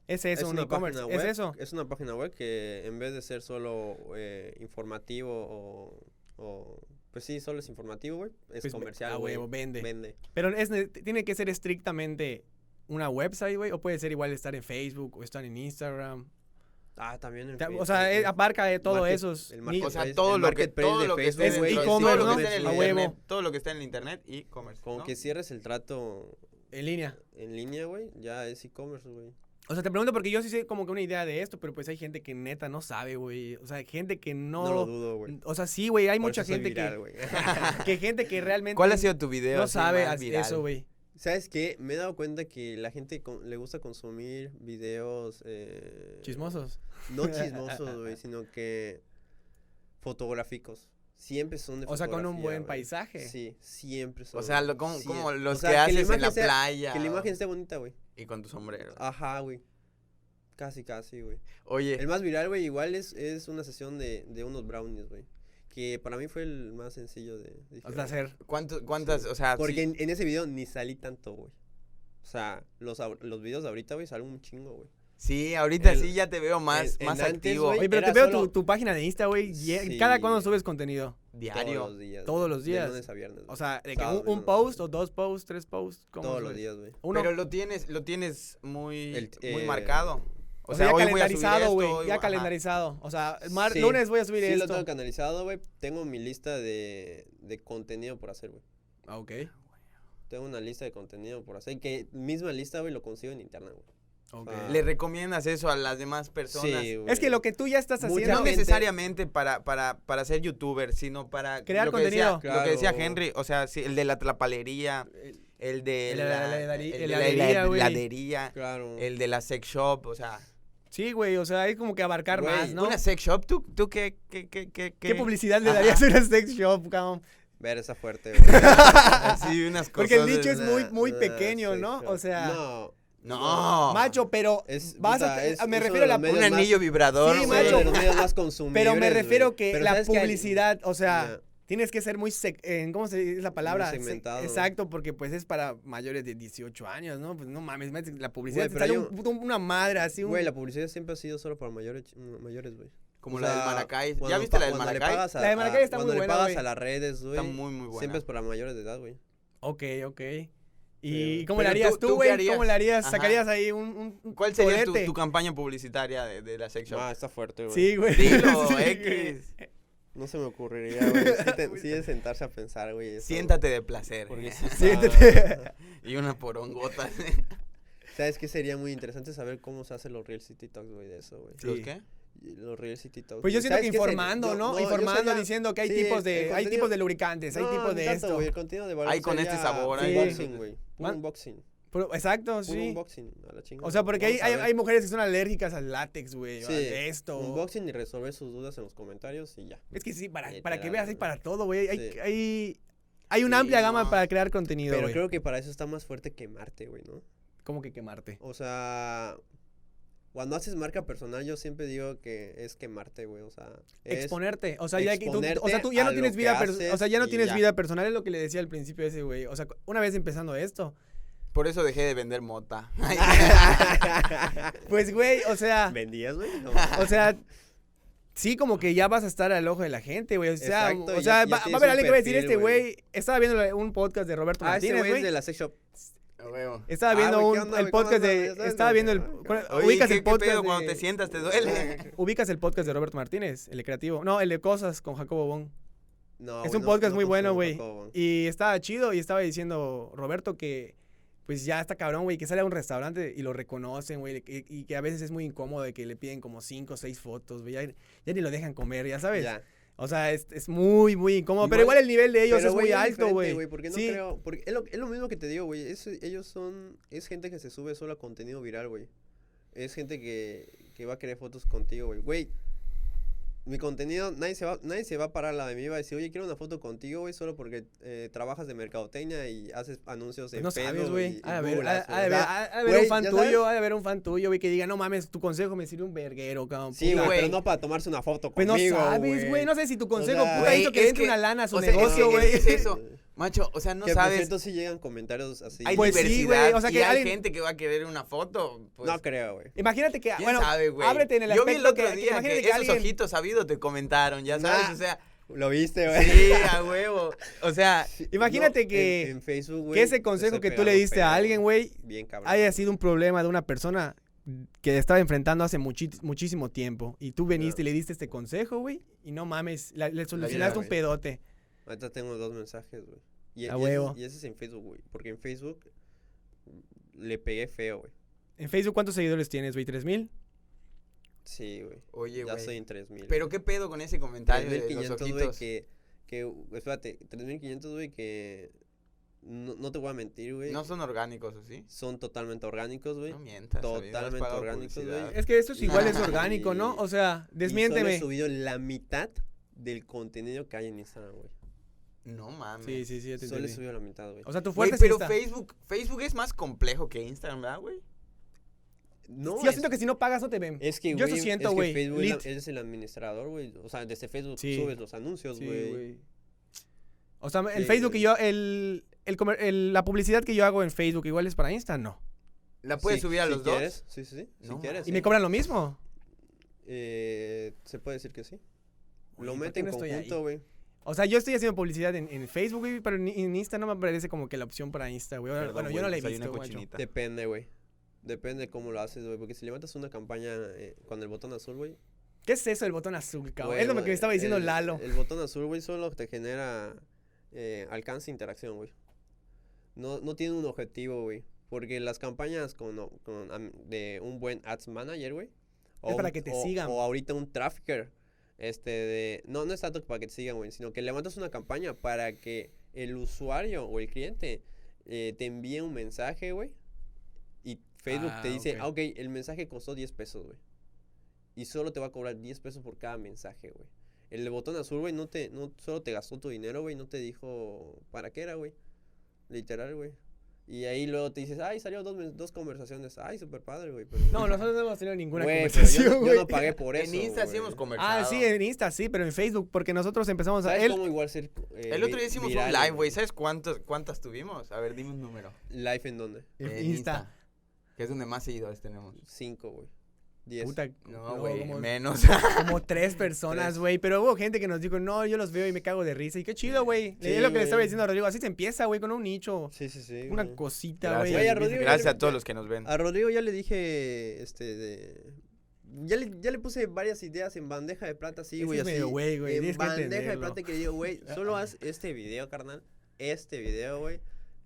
S2: Es eso, un e-commerce.
S3: página
S2: Es
S3: web-
S2: eso.
S3: Es una página web que en vez de ser solo eh, informativo o, o- Pues sí, solo es informativo, güey. Es
S2: Pues,
S3: comercial,
S2: a
S3: güey.
S2: huevo, vende.
S3: Vende.
S2: Pero es, ne- tiene que ser estrictamente una website, güey. O puede ser igual estar en Facebook o estar en Instagram.
S3: Ah, también en
S2: Ta-
S3: Fe-
S2: O sea,
S3: en-
S2: eh, abarca de todo
S3: market-
S2: esos.
S3: el
S2: ni-
S3: market-
S1: O sea,
S3: es
S1: todo
S3: el
S1: lo que,
S3: marketplace
S1: todo
S3: de
S1: lo que
S3: Facebook,
S1: esté
S2: güey,
S1: todo
S2: e-commerce,
S1: lo que
S2: ¿no?
S1: está en
S2: A
S1: el
S2: huevo.
S1: internet, todo lo que está en el internet, e-commerce.
S3: Con
S1: ¿no?
S3: que cierres el trato
S2: en línea.
S3: en línea, güey, ya es e-commerce, güey.
S2: O sea, te pregunto porque yo sí sé como que una idea de esto, pero pues hay gente que neta no sabe, güey. O sea, hay gente que
S3: No,
S2: no.
S3: lo dudo, güey.
S2: o sea, sí, güey, hay
S3: Por
S2: mucha
S3: eso soy
S2: gente
S3: viral,
S2: que,
S3: güey.
S2: que gente que realmente
S1: ¿Cuál ha sido tu video?
S2: no
S1: así
S2: sabe
S1: más
S2: as-
S1: viral?
S2: eso, güey.
S3: ¿Sabes qué? Me he dado cuenta que la gente con- le gusta consumir videos. eh,
S2: Chismosos.
S3: No chismosos, güey, sino que fotográficos. Siempre son de
S2: O sea, con un
S3: fotografía,
S2: buen
S3: güey.
S2: paisaje.
S3: Sí, siempre son.
S1: O sea, lo- como,
S3: sí,
S1: como
S3: eh.
S1: los
S3: O sea,
S1: que haces en
S3: imagen
S1: la
S3: sea-
S1: playa.
S3: Que la
S1: o-
S3: imagen esté bonita, güey.
S1: Y con tu sombrero.
S3: Ajá, güey. Casi, casi, güey. El
S1: Oye,
S3: más viral, güey, igual es, es una sesión de, de unos brownies, güey. Que para mí fue el más sencillo de... dije,
S2: O sea,
S3: "Ah,
S2: hacer.
S1: ¿cuánto- ¿cuántas? O sea,
S3: Porque
S1: sí,
S3: en, en ese video ni salí tanto, güey. O sea, los, ahor- los videos de ahorita, güey, salen un chingo, güey.
S1: sí, ahorita
S3: el-
S1: sí ya te veo más,
S3: en-
S1: más
S3: en antes,
S1: activo.
S3: güey,
S2: Oye, pero
S3: era
S2: te veo
S3: solo-
S2: tu, tu página de Insta, güey. y-
S3: Sí.
S2: Cada cuando subes contenido.
S1: diario.
S3: Todos los días.
S2: Todos
S3: güey,
S2: los
S3: De
S2: días.
S3: lunes a viernes.
S2: O
S3: güey.
S2: sea, de que
S3: Sábado,
S2: un, un
S3: no,
S2: post o dos posts, tres posts. ¿cómo
S3: Todos los
S2: subes?
S3: días, güey.
S2: Uno.
S1: Pero lo tienes, lo tienes muy,
S3: El-
S1: muy
S3: eh,
S1: marcado. O,
S2: o
S1: sea, hoy
S2: ya
S1: voy a subir
S2: calendarizado,
S1: esto,
S2: güey.
S1: hoy
S2: Ya
S1: voy- ajá.
S2: calendarizado. O sea, mar-
S3: Sí,
S2: lunes voy a subir
S3: Sí,
S2: esto.
S3: lo tengo canalizado, güey. Tengo mi lista de, de contenido por hacer, güey.
S2: Ah, Ok.
S3: tengo una lista de contenido por hacer, que misma lista, güey, lo consigo en internet, güey.
S2: Ok.
S3: Ah.
S1: ¿Le recomiendas eso a las demás personas?
S3: Sí, güey.
S2: Es que lo que tú ya estás
S3: Mucha
S1: No
S2: haciendo.
S3: gente-
S1: necesariamente para, para, para ser youtuber, sino para
S2: Crear
S1: lo que decía-
S2: contenido.
S1: lo que decía
S3: Claro.
S1: Henry, o sea, sí, el de la trapalería, el de
S2: El de la
S1: la el
S2: heladeri-
S1: de la
S2: heladería, güey.
S1: heladería,
S3: Claro.
S1: el de la sex shop, o sea,
S2: Sí, güey, o sea, hay como que abarcar
S3: Güey,
S2: más, ¿no?
S1: una sex shop, ¿tú, tú qué, qué, qué, qué,
S2: ¿Qué publicidad le
S1: Ajá.
S2: darías a una sex shop, cabrón?
S3: Ver esa fuerte, güey.
S1: Sí, unas cosas.
S2: Porque el nicho es muy,
S3: Nah,
S2: muy
S3: nah,
S2: pequeño,
S3: estoy
S2: ¿no?
S3: feo.
S2: O sea,
S3: No.
S1: No.
S2: macho, pero
S3: Es-
S2: vas a...
S3: puta, es-
S2: me
S3: es
S2: refiero a la...
S3: uno de
S2: pu-
S3: los
S1: un
S3: medios
S1: anillo vibrador.
S2: Sí,
S1: güey.
S2: macho.
S3: Pero, más consumibles,
S2: Pero me
S3: güey.
S2: refiero que
S3: Pero
S2: la
S3: ¿sabes qué?
S2: publicidad, o sea,
S3: Nah.
S2: tienes que ser muy... sec- eh, ¿Cómo se dice la palabra? Se-
S3: segmentado.
S2: Exacto, porque pues es para mayores de 18 años, ¿no? Pues no mames, metes la publicidad
S3: Güey,
S2: te
S3: pero
S2: sale
S3: hay
S2: un
S3: un-
S2: puto- una madre así, un...
S3: Güey, la publicidad siempre ha sido solo para mayores, ch- mm, mayores, güey.
S1: Como
S3: O
S1: la del
S3: sea,
S1: Maracay. ¿Ya
S3: cuando
S1: viste la
S3: pa-
S1: del
S3: cuando le
S1: Maracay?
S3: pagas a-
S2: La de Maracay
S3: a-
S2: está muy
S3: Cuando le
S2: buena,
S3: pagas
S2: güey.
S3: a las redes, güey.
S1: Está muy, muy buena.
S3: Siempre es para mayores de edad, güey.
S2: Ok, ok. ¿Y
S3: Pero-
S2: cómo
S1: Pero
S2: le harías
S1: tú-
S2: tú,
S1: ¿tú qué
S2: güey?
S1: harías?
S2: ¿Cómo le harías?
S1: Ajá.
S2: ¿Sacarías ahí un, un- un
S1: ¿Cuál sería tu,
S2: colete?
S1: tu campaña publicitaria de, de la sex shop?
S3: Ah, está fuerte, güey.
S2: Sí, güey.
S1: Dilo,
S2: Sí, güey.
S1: X.
S3: No se me ocurriría, güey. Sí, te- sí de sentarse a pensar, güey. eso,
S1: Siéntate de placer. eh,
S3: güey. Porque sí está-
S2: Siéntate.
S1: Y una eh. porongota.
S3: ¿Sabes qué? Sería muy interesante saber cómo se hacen los Reels y TikToks, güey, de eso, güey.
S2: Sí.
S1: ¿Los qué?
S3: Y Los Reels y TikToks.
S2: Pues yo
S3: güey.
S2: siento que
S3: ¿Sabes qué sería?
S2: informando,
S3: Yo-
S2: ¿no?
S3: yo
S2: Informando,
S3: sería-
S2: diciendo que hay
S3: Sí,
S2: tipos
S3: el
S2: de hay
S3: contenido-
S2: tipos de lubricantes, hay
S3: No,
S2: tipos
S3: ni
S2: de
S3: tanto,
S2: esto.
S3: güey, el contenido de valor
S1: Ay, con este
S3: sería
S1: sabor,
S2: ay,
S3: Unboxing,
S1: con-
S3: güey. Un
S2: Man-
S3: unboxing.
S2: Pero- exacto,
S3: Un
S2: ¿Ah? sí.
S3: unboxing a la chingada.
S2: O sea, porque hay,
S3: Vamos a
S2: hay,
S3: ver.
S2: hay mujeres que son alérgicas al látex, güey, o
S3: Sí,
S2: a esto.
S3: Unboxing y resolver sus dudas en los comentarios y ya.
S2: Es que sí, para,
S3: Literal,
S2: para que veas, hay
S3: Eh, güey.
S2: para todo, güey. Hay,
S3: Sí.
S2: hay, hay una
S1: Sí,
S2: amplia gama
S1: no.
S2: para crear contenido,
S3: Pero
S2: güey.
S3: creo que para eso está más fuerte quemarte, güey, ¿no?
S2: Como que quemarte.
S3: O sea, cuando haces marca personal, yo siempre digo que es quemarte, güey. O sea, es-
S2: exponerte, o sea, ya que tú, o sea,
S3: exponerte
S2: tú ya no
S3: a lo
S2: tienes
S3: que
S2: vida, per-
S3: haces
S2: o sea, ya no
S3: y
S2: tienes
S3: ya.
S2: vida personal, es lo que le decía al principio a ese güey. O sea, cu- una vez empezando esto,
S1: Por eso dejé de vender mota.
S2: pues güey, o sea,
S3: ¿Vendías, güey? No.
S2: o sea, sí, como que ya vas a estar al ojo de la gente, güey. O sea,
S3: Exacto,
S2: o
S3: ya-
S2: sea, va,
S3: ya
S2: va a
S3: tienes
S2: haber
S3: un
S2: alguien que va a decir
S3: perfil,
S2: este güey, estaba viendo la- un podcast de Roberto
S3: Ah, ese
S2: Martínez,
S3: güey es
S2: güey.
S3: de la sex shop.
S1: A huevo.
S2: Estaba
S3: Ah,
S2: viendo
S3: güey,
S2: un,
S3: ¿qué onda,
S2: el
S3: güey? ¿Cómo
S2: podcast
S3: andas?
S2: de,
S3: Ya sabes,
S2: estaba viendo el,
S3: güey.
S2: ¿cuál-
S1: Oye,
S2: ubicas
S1: ¿qué,
S2: el
S1: qué
S2: podcast
S1: pedo
S2: de-
S1: cuando te sientas? ¿Te duele?
S2: ubicas el podcast de Roberto Martínez, el de creativo, no, el de cosas con Jacobo Bon.
S3: No,
S2: Es
S3: güey,
S2: un
S3: no-
S2: podcast
S3: no
S2: muy bueno,
S3: consumo
S2: güey.
S3: Jacobo.
S2: Y estaba chido y estaba diciendo Roberto que pues ya está cabrón, güey, que sale a un restaurante y lo reconocen, güey, y, y que a veces es muy incómodo de que le piden como cinco o seis fotos, güey, ya, ya ni lo dejan comer, ya sabes.
S3: Ya.
S2: O sea, es, es muy, muy incómodo, pero
S3: Igual-
S2: igual el nivel de ellos
S3: Pero,
S2: es muy
S3: güey, pues,
S2: alto,
S3: diferente,
S2: güey.
S3: porque no
S2: sí,
S3: creo- porque es, lo, es lo mismo que te digo, güey. es- ellos son. Es gente que se sube solo a contenido viral, güey. Es gente que, que va a querer fotos contigo, güey. Güey, mi contenido, nadie se, va, nadie se va a parar a la de mí. Va a decir, oye, quiero una foto contigo, güey, solo porque eh, trabajas de mercadotecnia y haces anuncios de
S2: Pues no sabes,
S3: pedo
S2: güey.
S3: y- y
S2: Ha de haber-
S3: Google
S2: ha-
S3: Ads,
S2: ha de haber-
S3: ¿verdad?
S2: ha de haber
S3: güey,
S2: un fan
S3: ya sabes.
S2: tuyo, ha de haber un fan tuyo, güey, que diga, no mames, tu consejo me sirve un verguero, cabrón.
S3: Sí,
S2: puta".
S3: güey, pero
S1: güey.
S3: no para tomarse una foto
S2: Pues no
S3: conmigo,
S2: sabes, güey, no sé si tu consejo,
S3: sea,
S2: puta, hizo
S1: güey,
S2: que
S1: es
S2: le entre
S1: que-
S2: una lana a su
S1: o sea, es
S2: negocio,
S1: que-
S2: güey.
S1: es eso? Macho, o sea, no
S3: que por
S1: sabes.
S3: cierto sí llegan comentarios así.
S1: Hay
S2: Pues sí,
S1: diversidad.
S2: güey, o sea,
S1: y
S2: que
S1: hay
S2: alguien-
S1: gente que va a querer una foto. Pues,
S3: no creo, güey.
S2: Imagínate que,
S1: ¿Quién
S2: bueno,
S1: sabe, güey?
S2: ábrete en el
S1: Yo
S2: aspecto
S1: vi el otro
S2: que,
S1: día que,
S2: imagínate que,
S1: esos
S2: alguien,
S1: ojitos sabidos te comentaron, ya sabes,
S3: Nah.
S1: o sea,
S3: Lo viste, güey.
S1: sí, a huevo. O sea,
S2: Imagínate
S3: No,
S2: que-
S3: en, en Facebook, güey,
S2: que ese
S3: te
S2: consejo
S3: estoy
S2: que tú
S3: pegando
S2: le diste
S3: pedo,
S2: a alguien, güey,
S3: Bien cabrón.
S2: haya sido un problema de una persona que estaba enfrentando hace muchi- muchísimo tiempo y tú veniste y le diste este consejo, güey, y no mames, la- le solucionaste un
S3: güey.
S2: pedote.
S3: Ahorita tengo dos mensajes, güey. Y,
S2: A
S3: y ese-
S2: huevo.
S3: y ese es en Facebook, güey. Porque en Facebook le pegué feo, güey.
S2: En Facebook, ¿cuántos seguidores tienes, güey? ¿Tres mil?
S3: Sí, güey.
S1: oye,
S3: Ya soy
S1: güey.
S3: en 3000.
S1: Pero qué pedo con ese comentario de los
S3: 3500, güey,
S1: ojitos.
S3: que, que. Espérate, 3500, güey, que. No, no te voy a mentir, güey.
S1: No son orgánicos, ¿o sí?
S3: Son totalmente orgánicos, güey.
S1: No mientas. David, no has
S3: Totalmente
S1: pagado
S3: orgánicos, güey.
S1: publicidad.
S2: Es que esto es igual, es
S3: Nah.
S2: orgánico, ¿no? O sea,
S3: Y solo he
S2: desmiénteme.
S3: subido la mitad del contenido que hay en Instagram, güey.
S1: No mames.
S2: Sí, sí, sí, ya te
S3: Solo he
S2: entendí.
S3: subido la mitad, güey.
S2: O sea, tu
S1: Güey,
S2: fuerte es
S1: pero
S2: esta.
S1: Facebook, Facebook es más complejo que Instagram, ¿verdad, güey?
S3: no,
S2: Yo
S3: es-
S2: siento que si no pagas no te ven.
S3: Es que,
S2: Yo eso
S3: güey,
S2: siento,
S3: es
S2: güey,
S3: que Facebook es la-
S2: lit.
S3: es el administrador, güey. O sea, desde Facebook
S2: Sí.
S3: subes los anuncios,
S2: Sí,
S3: güey.
S2: güey. O sea, el
S3: Sí,
S2: Facebook que
S3: güey.
S2: yo, el, el comer- el- la publicidad que yo hago en Facebook, igual es para Insta, no.
S1: ¿La puedes
S3: Si-
S1: subir a
S3: si
S1: los
S3: quieres,
S1: dos?
S3: Sí, sí, sí.
S1: No
S3: si quieres.
S1: mames.
S2: Y
S3: sí.
S2: me cobran lo mismo.
S3: Eh, Se puede decir que sí. Lo
S2: Oye, ¿por qué
S3: meten
S2: no
S3: en
S2: estoy
S3: conjunto,
S2: ahí?
S3: güey.
S2: O sea, yo estoy haciendo publicidad en, en Facebook, güey, pero en, en Insta no me aparece como que la opción para Insta, güey. Bueno,
S1: Perdón,
S2: yo no
S1: güey,
S2: la he
S3: pues,
S1: soy una
S2: visto, guacho.
S1: cochinita.
S3: Depende, güey. Depende cómo lo haces, güey. Porque si levantas una campaña eh, con el botón azul, güey.
S2: ¿Qué es eso del botón azul, cabrón?
S3: güey,
S2: es lo que
S3: güey,
S2: me estaba diciendo
S3: el-
S2: Lalo.
S3: El botón azul, güey, solo te genera eh, alcance e interacción, güey. no, no tienen un objetivo, güey. Porque las campañas con, o- con, am- de un buen ads manager, güey. o
S2: Es para
S3: un-
S2: que te
S3: o-
S2: sigan.
S3: O ahorita un trafficker. Este de. No, no es tanto para que te sigan, güey. Sino que levantas una campaña para que el usuario o el cliente eh, te envíe un mensaje, güey. Y Facebook te
S2: Ah,
S3: dice,
S2: ok.
S3: ah, ok, el mensaje costó 10 pesos, güey. Y solo te va a cobrar 10 pesos por cada mensaje, güey. El botón azul, güey, no te, no, solo te gastó tu dinero, güey, no te dijo para qué era, güey. Literal, güey. Y ahí luego te dices, ay, salió dos, men- dos conversaciones. Ay, súper padre, güey. pero-
S2: No, nosotros no hemos tenido ninguna
S3: Güey, pero yo,
S2: conversación,
S3: no- yo
S2: güey.
S3: no pagué por eso.
S1: en Insta sí
S3: güey. Eh,
S1: hemos conversado.
S2: Ah, sí, en Insta sí, pero en Facebook, porque nosotros empezamos a...
S3: ¿Sabes
S2: Él,
S3: cómo igual ser, eh,
S1: El otro
S3: vi-
S1: día hicimos
S3: virales,
S1: un live, güey. ¿Sabes cuántos, cuántas tuvimos? A ver, dime un número.
S3: ¿Live en dónde?
S2: en
S1: En
S2: Insta.
S1: Que es donde más seguidores tenemos.
S3: Cinco, güey. Diez.
S2: Puta,
S1: No, güey,
S2: como,
S1: menos.
S2: como tres personas,
S3: Tres.
S2: güey. Pero hubo gente que nos dijo, no, yo los veo y me cago de risa. Y qué chido, güey.
S3: Sí,
S2: es lo que le estaba
S3: güey.
S2: diciendo a Rodrigo. Así se empieza, güey, con un nicho.
S3: Sí, sí, sí.
S2: una
S3: güey.
S2: cosita, güey.
S1: Gracias,
S3: a Rodrigo ya
S1: Gracias
S3: le-
S1: a todos los que nos
S2: Ah,
S1: ven.
S3: A Rodrigo ya le dije, este, de... Ya le, ya le puse varias ideas en bandeja de plata, sí,
S2: Ese
S3: güey.
S2: es medio
S3: así,
S2: güey, güey,
S3: En
S2: tienes que
S3: bandeja de
S2: entenderlo.
S3: plata que digo, güey, solo haz este video, carnal. Este video, güey.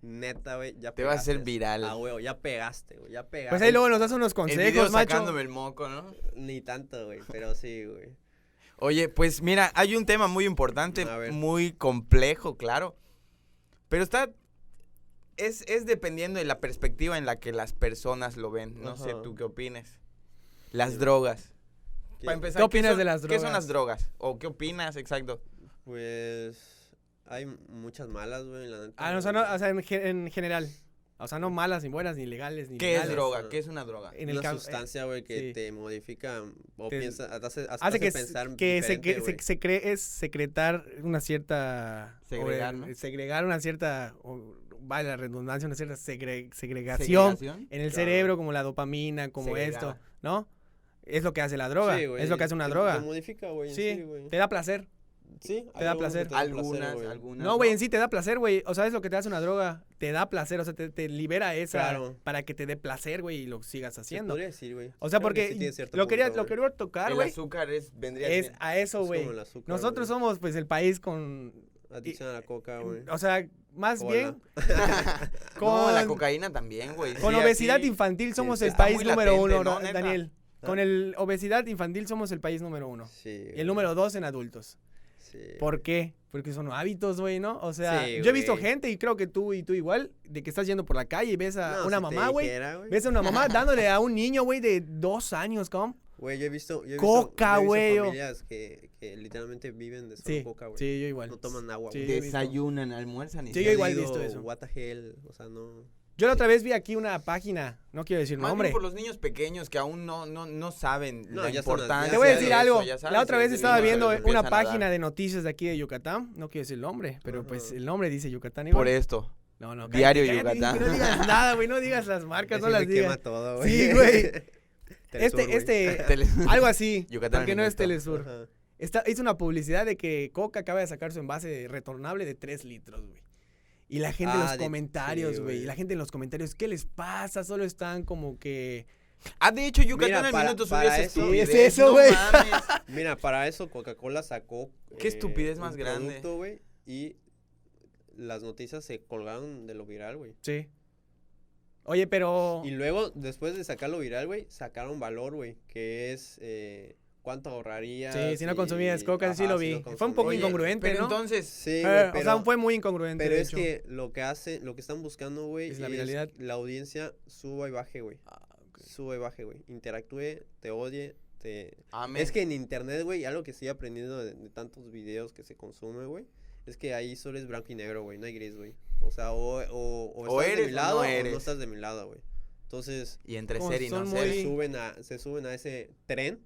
S3: Neta, güey, ya
S1: Te vas a hacer
S3: pegaste.
S1: viral.
S3: Ah, güey, ya pegaste, güey, ya pegaste.
S2: Pues ahí luego nos das unos
S1: el video
S2: consejos, macho.
S1: sacándome el moco, ¿no?
S3: Ni tanto, güey, pero sí, güey.
S1: Oye, pues mira, hay un tema muy importante,
S3: A ver.
S1: muy complejo, claro. Pero está. Es, es dependiendo de la perspectiva en la que las personas lo ven. No sé
S3: Ajá.
S1: tú qué opines. Las
S3: Sí.
S1: drogas.
S3: Que,
S1: Para empezar,
S2: ¿Qué opinas
S1: son-
S2: de las
S1: ¿Qué son
S2: drogas?
S1: las drogas? ¿O qué opinas? Exacto.
S3: Pues... Hay muchas malas, güey, la neta.
S2: Ah, no, o sea, no, o sea, en, ge- en general. O sea, no malas, ni buenas, ni legales, ni
S1: ¿Qué es
S2: legales.
S1: droga?
S3: ajá.
S1: ¿Qué es una droga?
S2: En el
S3: una
S2: caso-
S3: sustancia, güey, que
S2: sí.
S3: te modifica o
S2: Te-
S3: piensa, te hace, hace
S2: eh, hace que, se-
S3: pensar
S2: que se,
S3: diferente,
S2: cre-
S3: güey.
S2: se, se cree es secretar una cierta o,
S1: Segregar,
S2: eh,
S1: ¿no?
S2: segregar una cierta o, vale la redundancia una cierta segre- segregación en el
S3: Claro.
S2: cerebro como la dopamina como
S1: Segregada.
S2: esto no es lo que hace la droga
S3: Sí,
S2: es
S3: güey,
S2: lo que hace una
S3: te-
S2: droga
S3: Te modifica, güey.
S2: sí,
S3: Sí, güey.
S2: te da placer
S3: Sí, hay
S2: te da
S3: algunos que
S2: placer.
S3: dan
S1: Algunas,
S3: güey.
S1: algunas.
S2: no güey en sí te da placer güey o sea es lo que te hace una droga te da placer o sea te, te libera esa
S3: Claro.
S2: para que te dé placer güey y lo sigas
S3: Se
S2: haciendo
S3: podría decir, güey.
S2: o sea
S3: Creo que
S2: porque
S3: sí tiene cierto
S2: lo quería
S3: punto,
S2: lo
S3: güey.
S2: quería tocar
S1: El
S2: güey
S1: azúcar es, vendría
S2: es
S1: siendo-
S2: a eso
S3: Es
S2: güey
S3: como el azúcar,
S2: nosotros
S3: güey.
S2: somos pues el país con
S3: Adicción a la coca, güey.
S2: O sea, más
S3: Cola.
S2: bien
S1: No, la
S2: con-
S1: cocaína también, güey.
S2: con
S1: Sí,
S2: obesidad
S1: aquí-
S2: infantil somos el
S1: está
S2: país
S1: muy
S2: número
S1: latente,
S2: uno,
S1: ¿no?
S2: Da-
S1: Neta.
S2: Daniel. Con el obesidad infantil somos el país número uno.
S3: Sí.
S2: Y
S3: güey.
S2: el número dos en adultos.
S3: Sí,
S2: ¿Por
S3: güey.
S2: qué? Porque son hábitos, güey, ¿no? O sea,
S3: Sí,
S2: yo he visto
S3: güey.
S2: gente y creo que tú y tú igual, de que estás yendo por la calle y ves a
S3: No,
S2: una
S3: si te
S2: mamá, güey.
S3: dijera, güey.
S2: Ves a una mamá dándole a un niño, güey, de dos años, ¿cómo?
S3: Güey, yo he visto. Yo he
S2: Coca,
S3: visto, yo he
S2: güey,
S3: visto
S2: o-
S3: familias que, que literalmente viven de solo
S2: Sí,
S3: coca, güey.
S2: sí, yo igual.
S3: No toman agua,
S2: Sí,
S3: güey.
S2: yo he visto.
S1: Desayunan, almuerzan y
S2: Sí, yo
S1: cenan.
S2: igual he
S3: Digo,
S2: visto eso.
S3: What the hell. O sea, no.
S2: Yo la otra vez vi aquí una página, no quiero decir
S1: Más bien
S2: nombre.
S1: por los niños pequeños que aún no, no, no saben
S3: No,
S1: la
S3: ya son-
S1: importancia.
S3: ya
S2: Te voy a
S3: Sí,
S2: decir
S1: de eso,
S2: algo.
S1: ya sabes,
S2: la otra vez
S1: desde
S2: estaba
S1: niños
S2: viendo
S1: les
S2: una
S1: empiezan a dar.
S2: página de noticias de aquí de Yucatán. No quiero decir el nombre, pero pues
S3: Ajá.
S2: el nombre dice Yucatán.
S1: Por
S2: igual.
S1: esto.
S2: No, no,
S1: Diario
S2: cállate,
S1: Yucatán.
S2: No digas nada, güey. No digas las marcas, no
S3: Así me
S2: las digas.
S3: quema todo, güey.
S2: Sí, güey.
S3: Telesur,
S2: Este,
S3: güey.
S2: este,
S1: Tele-
S2: algo así.
S1: Yucatán
S2: porque
S1: al
S2: no es
S1: minuto.
S2: Telesur.
S3: Ajá.
S2: Está, hizo una publicidad de que Coca acaba de sacar su envase retornable de 3 litros, güey. Y la gente en los
S3: Ah, de-
S2: comentarios,
S3: sí,
S2: güey.
S3: güey.
S2: y la gente en los comentarios, ¿qué les pasa? Solo están como que.
S1: Ah, de hecho, Yucatán
S3: Mira,
S1: al
S3: para-
S1: minuto
S3: para
S1: subió esa
S3: eso-
S1: estupidez.
S2: Sí, es eso,
S1: no
S2: güey.
S1: mames.
S3: Mira, para eso Coca-Cola sacó. eh,
S1: Qué estupidez
S3: un
S1: más grande.
S3: producto, güey, y las noticias se colgaron de lo viral, güey.
S2: Sí. Oye, pero. eh,
S3: Y luego, después de sacar lo viral, güey, sacaron valor, güey, que es eh, cuánto ahorrarías.
S2: Sí, si no
S3: y-
S2: consumías Coca, sí
S3: ajá,
S2: lo
S3: si
S2: vi.
S3: no
S2: Fue un poco
S3: consumías.
S2: incongruente,
S1: Pero
S2: ¿no?
S1: entonces,
S3: Sí,
S2: Ah,
S3: güey,
S2: o
S3: pero,
S2: sea, fue muy incongruente.
S3: pero
S2: de
S3: es
S2: hecho.
S3: que lo que hace, lo que están buscando, güey,
S2: Es la viralidad. Ah,
S3: la audiencia suba y baje, güey. Suba y baje, güey. Interactúe, te odie, te,
S1: amén.
S3: Es que en internet, güey, algo que estoy aprendiendo de, de tantos videos que se consume, güey, es que ahí solo es blanco y negro, güey, no hay gris, güey. O sea, o, o, o
S1: O
S3: estás
S1: eres
S3: de
S1: o
S3: mi lado
S1: no
S3: o no,
S1: eres.
S3: estás de mi lado, güey. Entonces,
S1: y entre
S2: Como
S1: ser y no
S2: son
S1: ser.
S2: muy-
S3: se suben a, se suben a ese tren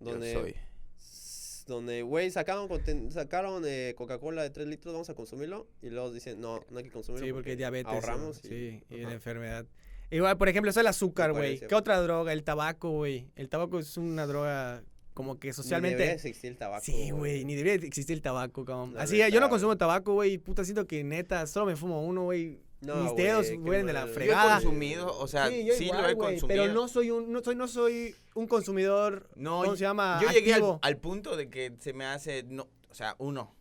S1: yo
S3: donde,
S1: soy.
S3: s- donde, güey, sacaron, conten- sacaron eh, Coca-Cola de 3 litros, vamos a consumirlo, y luego dicen, no, no hay que consumirlo.
S2: Sí, porque diabetes. ¿no?
S3: Ahorramos. y-
S2: Sí, y la
S3: ajá.
S2: enfermedad. Igual, por ejemplo, eso el azúcar,
S3: Me
S2: güey.
S3: parece,
S2: ¿Qué
S3: güey.
S2: otra droga? El tabaco, güey. El tabaco es una droga como que
S3: Ni debería
S2: socialmente.
S3: existir el tabaco.
S2: Sí, güey, ni debería existir el tabaco, cabrón.
S3: La
S2: Así, yo no
S3: neta,
S2: consumo
S3: güey.
S2: tabaco, güey. Puta, siento que neta, solo me fumo uno, güey.
S3: No,
S2: Mis
S3: güey,
S2: dedos
S3: qué
S2: huelen de la
S3: mal.
S1: Yo he
S2: fregada.
S1: consumido, o sea, sí, lo he
S2: güey,
S1: consumido.
S2: Pero no soy un, no soy, no soy un consumidor,
S1: No,
S2: ¿cómo se llama?
S1: Yo llegué al,
S2: Activo.
S1: al punto de que se me hace, no, o sea, uno.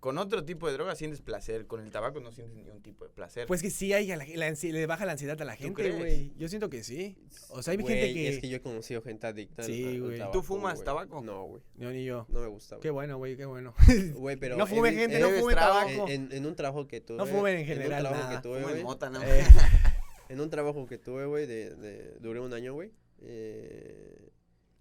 S1: Con otro tipo de droga sientes placer, con el tabaco no sientes ningún tipo de placer.
S2: Pues que sí, hay a la- la ansi- le baja la ansiedad a la gente,
S1: crees?
S2: güey. Yo siento que sí. O sea, hay gente
S3: Güey,
S2: que...
S3: Es que yo he conocido gente adicta al-
S2: Sí,
S3: al
S2: güey. ¿Tú
S3: tabaco,
S1: fumas
S3: güey.
S1: tabaco?
S3: No, güey.
S2: Yo ni yo.
S3: No me gusta,
S2: Qué
S3: güey.
S2: bueno, güey, qué bueno.
S3: Güey, pero
S2: No
S3: en
S2: fume,
S3: mi-
S2: gente,
S3: en-
S2: no
S1: bebes
S2: fume
S1: trago,
S2: tabaco.
S3: En, en un trabajo que tuve.
S2: No fumen en general,
S3: un trabajo
S2: nada.
S3: que tuve,
S1: Fuman
S3: güey.
S1: mota, ¿no?
S2: Eh,
S3: En un trabajo que tuve, güey, de, de- duré un año, güey. eh,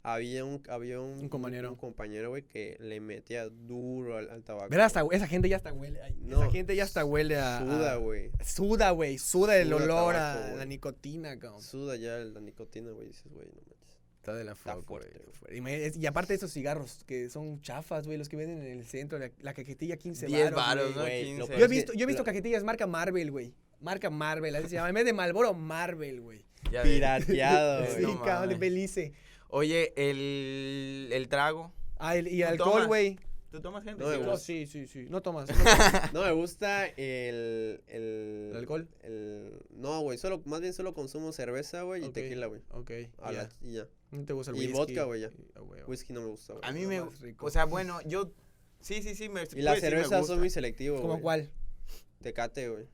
S3: había un, había un,
S2: Un compañero.
S3: un compañero, güey, que le metía duro al, al tabaco.
S2: verás, hasta- esa gente ya hasta huele. ay,
S3: No,
S2: esa gente ya hasta huele a...
S3: Suda,
S2: a-
S3: güey.
S2: Suda, güey. Suda el
S3: Suda
S2: olor
S3: tabaco,
S2: a
S3: güey.
S2: la nicotina, cabrón.
S3: Suda ya la nicotina, güey. Dices, güey, no manches.
S2: Está de la
S3: Está
S2: fuck, güey,
S3: fuerte, güey.
S2: fuerte. Y, me- es- y aparte esos cigarros que son chafas, güey, los que venden en el centro, la, la cajetilla 15
S1: 10 varos,
S2: varos, güey.
S1: ¿no? 15.
S3: güey, lo peor
S2: Yo he
S3: es que
S2: visto, yo he visto
S3: la-
S2: cajetillas marca Marvel, güey. Marca Marvel, así se llama. En vez de Malboro, Marvel, güey.
S1: Ya ves.
S3: Pirateado,
S2: Sí,
S3: güey.
S1: no
S2: cabrón, de
S1: mames.
S2: Belice.
S1: Oye, el, el trago.
S2: Ah, el- y
S1: ¿Tú
S2: alcohol,
S1: tomas?
S2: güey.
S1: ¿Tú tomas gente?
S3: No,
S1: Sí,
S3: me
S2: No,
S1: claro.
S3: gusta.
S2: sí, sí, sí. No tomas. no tomas.
S3: No me gusta el. ¿El,
S2: ¿El alcohol?
S3: el- no, güey. Solo, más bien solo consumo cerveza, güey, y
S2: Ok,
S3: tequila, güey.
S2: Ok,
S3: A
S2: ya.
S3: la- y ya.
S2: No te gusta el
S3: y
S2: whisky.
S3: vodka, güey, ya.
S2: Ah, güey, güey.
S3: Whisky no me gusta, güey.
S1: A mí
S2: lo
S1: me...
S2: más rico.
S1: O sea, bueno, yo... Sí, sí, sí. Me,
S3: Y
S2: pues,
S3: las
S1: puedo decir me
S3: cervezas
S1: gusta.
S3: son muy selectivo, güey.
S2: ¿Cómo cuál?
S3: Tecate, güey.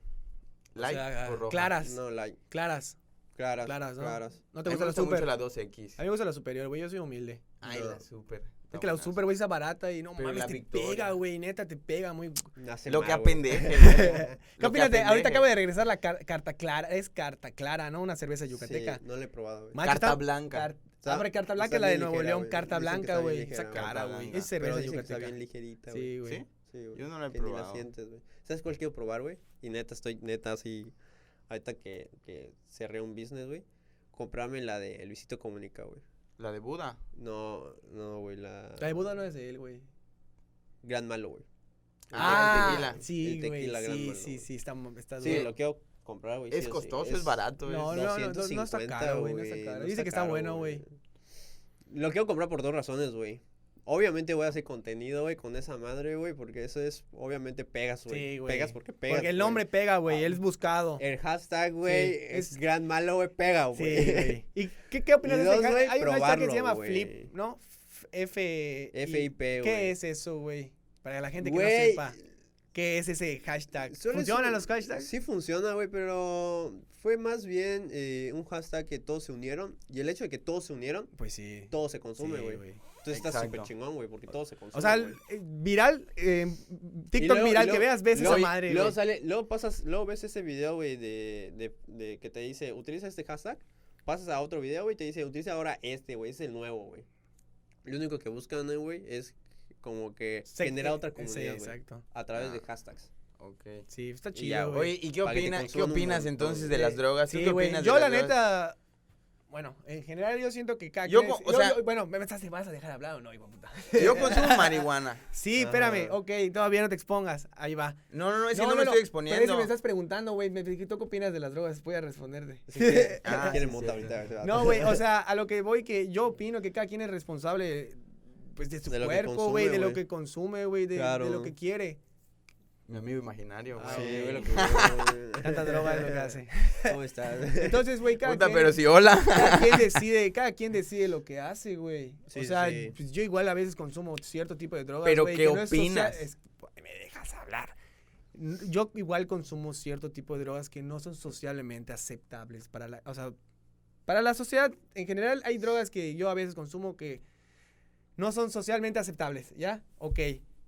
S1: Light
S2: O sea,
S1: o roja.
S2: Claras,
S3: No, like.
S2: claras,
S3: Claras.
S2: claras, ¿no?
S3: Claras.
S2: No
S1: A
S2: te
S1: mí me
S2: gusta la
S1: gusta mucho
S2: super.
S1: la
S2: A mí
S1: 2X.
S2: me gusta la superior, güey. Yo soy humilde.
S1: Ay,
S3: No.
S1: la super.
S2: Es que la super, güey, esa barata y no
S1: Pero
S2: mames,
S1: la
S2: te
S1: Victoria.
S2: pega, güey, neta, te pega muy...
S3: Nace
S1: Lo
S3: mal,
S1: que
S3: güey.
S1: apendeje.
S2: ¿Qué opinas de- ahorita acaba de regresar la car- carta clara, es carta clara, ¿no? Una cerveza
S3: Sí,
S2: yucateca.
S3: no le he probado, güey.
S2: Ma- Macho,
S1: Carta
S2: está-
S1: blanca.
S2: Car-
S3: Está-
S2: abre carta
S3: está
S2: blanca, la de
S3: bien
S2: Nuevo
S3: ligera,
S2: León,
S3: güey.
S2: carta
S3: Dicen que
S2: blanca,
S3: está bien
S2: güey.
S3: ligera,
S2: Esa
S3: güey.
S2: cara,
S1: Carta
S2: güey.
S1: blanca.
S2: Es
S3: Pero
S2: cerveza
S3: dicen que está
S2: yucateca.
S3: bien ligerita, güey.
S2: Sí,
S1: ¿Sí?
S2: güey.
S3: Sí, güey.
S1: Yo no la he
S3: que ni
S1: probado.
S3: sientes, güey. ¿Sabes cuál quiero probar, güey? Y neta, estoy neta así. Ahorita que, que cerré un business, güey. Comprarme la de Luisito Comunica, güey.
S1: La de Buda.
S3: No, no, güey. La,
S2: La de Buda no es de él, güey.
S3: Gran Malo, güey.
S1: Ah, el tequila.
S2: sí,
S3: El
S2: güey,
S3: tequila gran
S2: sí,
S3: malo,
S2: sí,
S3: güey.
S2: sí, está, mo- está
S3: Sí,
S2: duro.
S3: lo quiero comprar, güey.
S1: Es
S3: sí o sí.
S1: costoso, es barato.
S2: No,
S1: es-
S2: no, no, no, no está
S3: 250,
S2: caro, güey, no está caro. Dice que está bueno, güey.
S3: Lo quiero comprar por dos razones, güey. Obviamente voy a hacer contenido, güey, con esa madre, güey, porque eso es, obviamente pegas, güey.
S2: Sí, güey.
S3: Pegas porque pegas.
S2: Porque el
S3: güey.
S2: nombre pega, güey,
S3: Ah.
S2: él es buscado.
S3: El hashtag, güey,
S2: Sí,
S3: es
S2: es-
S3: gran malo, güey, pega, güey.
S2: Sí, güey. ¿Y qué, qué opinas
S3: Y
S2: de ese
S3: dos,
S2: hashtag?
S3: güey,
S2: Hay un hashtag que se
S3: probarlo,
S2: llama
S3: güey.
S2: Flip, ¿no? F- F...
S3: FIP,
S2: ¿Qué
S3: güey.
S2: es eso, güey? Para la gente que no
S3: Güey,
S2: sepa. ¿Qué es ese hashtag?
S3: Suele
S2: ¿Funcionan
S3: ser-
S2: los hashtags?
S3: Sí funciona, güey, pero fue más bien eh, un hashtag que todos se unieron. Y el hecho de que todos se unieron,
S2: Pues sí.
S3: todo se consume,
S2: Sí,
S3: güey. Entonces está
S1: Exacto.
S3: súper chingón, güey, porque todo se consume,
S2: O sea,
S3: güey.
S2: eh, viral, eh,
S3: Y
S2: TikTok
S3: luego- y
S2: viral
S3: luego-
S2: que veas, ves
S3: luego-
S2: esa madre,
S3: Luego
S2: güey.
S3: sale, luego pasas, luego ves ese video, güey, de, de, de que te dice, utiliza este hashtag, pasas a otro video, güey, y te dice, utiliza ahora este, güey, es el nuevo, güey. Lo único que buscan, eh, güey, es como que
S2: Se-
S3: generar otra
S2: eh,
S3: comunidad,
S2: Sí,
S3: güey,
S2: exacto.
S3: a través de
S1: Ah.
S3: hashtags.
S1: Ok.
S2: Sí, está
S3: Y ya,
S2: chido, güey.
S1: Oye, ¿y qué
S3: Para que te
S1: opinas, qué
S3: consuman un
S1: opinas
S3: montón,
S1: entonces
S3: güey.
S1: de las drogas? ¿Tú
S2: Sí,
S1: qué
S2: güey.
S1: opinas de
S2: Yo, la
S1: las drogas?
S2: neta. Bueno, en general yo siento que cada
S1: Yo
S2: quien
S1: co-
S2: es-
S1: o sea-
S2: bueno, ¿me estás, vas a dejar hablar o no, hijo de puta?
S1: Yo consumo marihuana.
S2: Sí, espérame,
S3: Ajá.
S2: ok, todavía no te expongas. Ahí va.
S1: No, no, no, es que no, me estoy
S2: Pero es
S1: exponiendo.
S2: que me estás preguntando, güey. Me dijiste, ¿tú qué opinas de las drogas? Voy a responderte.
S3: Si quieren,
S1: Ah,
S3: si quieren
S1: sí,
S3: monta
S1: sí,
S3: ahorita, güey,
S2: No, güey, o sea, a lo que voy que yo opino que cada quien es responsable pues de su
S3: De lo que
S2: cuerpo, güey,
S3: consume,
S2: de lo
S3: güey.
S2: que consume, güey, de, de
S3: Claro.
S2: lo que quiere.
S1: Mi amigo imaginario,
S2: Ah,
S3: Sí,
S1: güey.
S3: güey, lo
S2: ok.
S3: que veo,
S2: Tanta droga es lo que hace.
S3: güey. ¿Cómo estás?
S2: Entonces, güey, cada,
S1: Puta,
S2: quien-
S1: pero si hola.
S2: cada quien decide, cada quien decide lo que hace, güey.
S3: Sí,
S2: o
S3: sí,
S2: sea,
S3: sí.
S2: pues, yo igual a veces consumo cierto tipo de drogas,
S1: Pero,
S2: güey,
S1: ¿qué
S2: que no es social-
S1: opinas?
S2: es- pues, me dejas hablar. N- Yo igual consumo cierto tipo de drogas que no son socialmente aceptables para la, o sea, para la sociedad en general hay drogas que yo a veces consumo que no son socialmente aceptables, ¿ya? Ok,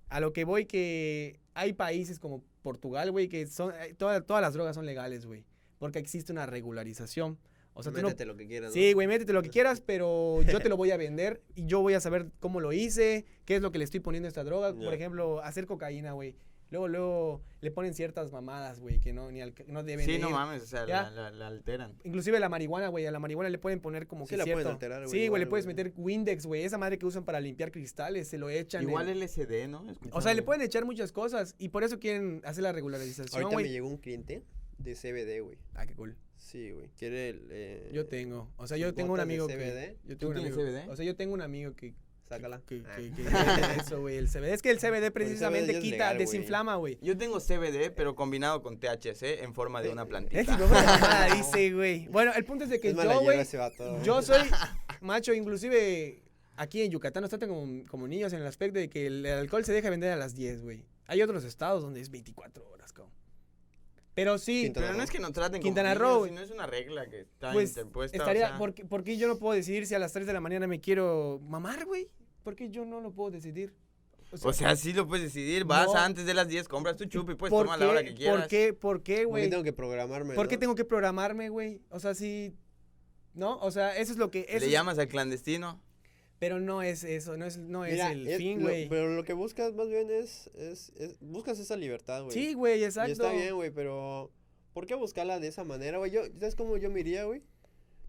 S2: a lo que voy que hay países como Portugal, güey, que son, eh, toda- todas las drogas son legales, güey, porque existe una regularización. O sea, tú no,
S3: Métete lo que quieras, ¿no?
S2: Sí, güey, métete lo que quieras, pero yo te lo voy a vender y yo voy a saber cómo lo hice, qué es lo que le estoy poniendo a esta droga.
S3: Ya.
S2: Por ejemplo, hacer cocaína, güey. Luego, luego le ponen ciertas mamadas, güey, que no, ni al, no deben
S1: Sí,
S2: ir.
S1: no mames, o sea,
S2: Ya.
S1: la, la- la alteran.
S2: Inclusive la marihuana, güey, a la marihuana le pueden poner como
S3: Sí
S2: que
S3: la pueden
S2: cierto.
S3: alterar, güey,
S2: Sí, güey, le
S3: igual,
S2: puedes
S3: güey.
S2: meter Windex, güey, esa madre que usan para limpiar cristales, se lo echan.
S1: Igual
S2: en-
S1: LSD, ¿no?
S2: O sea, le pueden echar muchas cosas y por eso quieren hacer la regularización,
S3: Ahorita me
S2: güey.
S3: llegó un cliente de CBD, güey.
S2: Ah, qué cool.
S3: Sí, güey. Quiere el, eh,
S2: Yo tengo, o sea, yo tengo un
S3: gotas de
S2: amigo que
S3: CBD?
S2: yo
S1: ¿Tú
S2: tengo un
S1: tienes
S2: amigo,
S1: CBD?
S2: o sea, yo tengo un amigo que
S3: Sácala.
S2: Que,
S3: Ah.
S2: que- que viene de eso, güey, el CBD. Es que el
S1: Pues
S2: CBD
S3: CBD
S2: precisamente
S3: ya es
S2: quita,
S3: legal, güey.
S2: desinflama, güey.
S1: Yo tengo CBD, pero combinado con THC en forma de una
S2: Es
S1: plantita.
S2: que como la mamada dice, güey. Bueno, el punto es de que
S3: es mala
S2: yo,
S3: hierba
S2: güey,
S3: ese vato, güey.
S2: yo soy macho, inclusive aquí en Yucatán nos tratan como, como niños en el aspecto de que el alcohol se deja vender a las 10, güey. Hay otros estados donde es 24 horas, cabrón. Pero sí,
S3: Quintana
S1: Pero no
S3: Roo.
S1: es que no traten
S2: Quintana
S1: como niños,
S2: Roo.
S1: sino es una regla que está
S2: pues
S1: interpuesta. o
S2: estaría,
S1: sea,
S2: ¿por, qué, por qué yo no puedo decidir si a las 3 de la mañana me quiero mamar, güey? ¿Por qué yo no lo puedo decidir?
S1: o sea, sí lo puedes decidir. Vas
S2: No.
S1: antes de las 10, compras tu chupi, pues
S2: ¿por
S1: toma la hora
S2: qué-
S1: que quieras.
S2: ¿Por qué, por qué,
S3: ¿Por qué
S2: güey?
S3: tengo que programarme?
S2: ¿Por qué
S3: no?
S2: tengo que programarme, güey? O sea, sí. ¿No? O sea, eso es lo que. eso
S1: Le
S2: es-
S1: llamas al clandestino.
S2: Pero no es eso, no es, no es
S3: Mira,
S2: el
S3: es
S2: fin,
S3: lo-
S2: güey.
S3: Pero lo que buscas más bien es, es, es- buscas esa libertad, güey.
S2: Sí, güey,
S3: Y
S2: exacto.
S3: está bien, güey, pero ¿por qué buscarla de esa manera, güey? Yo, ¿Sabes cómo yo me iría, güey?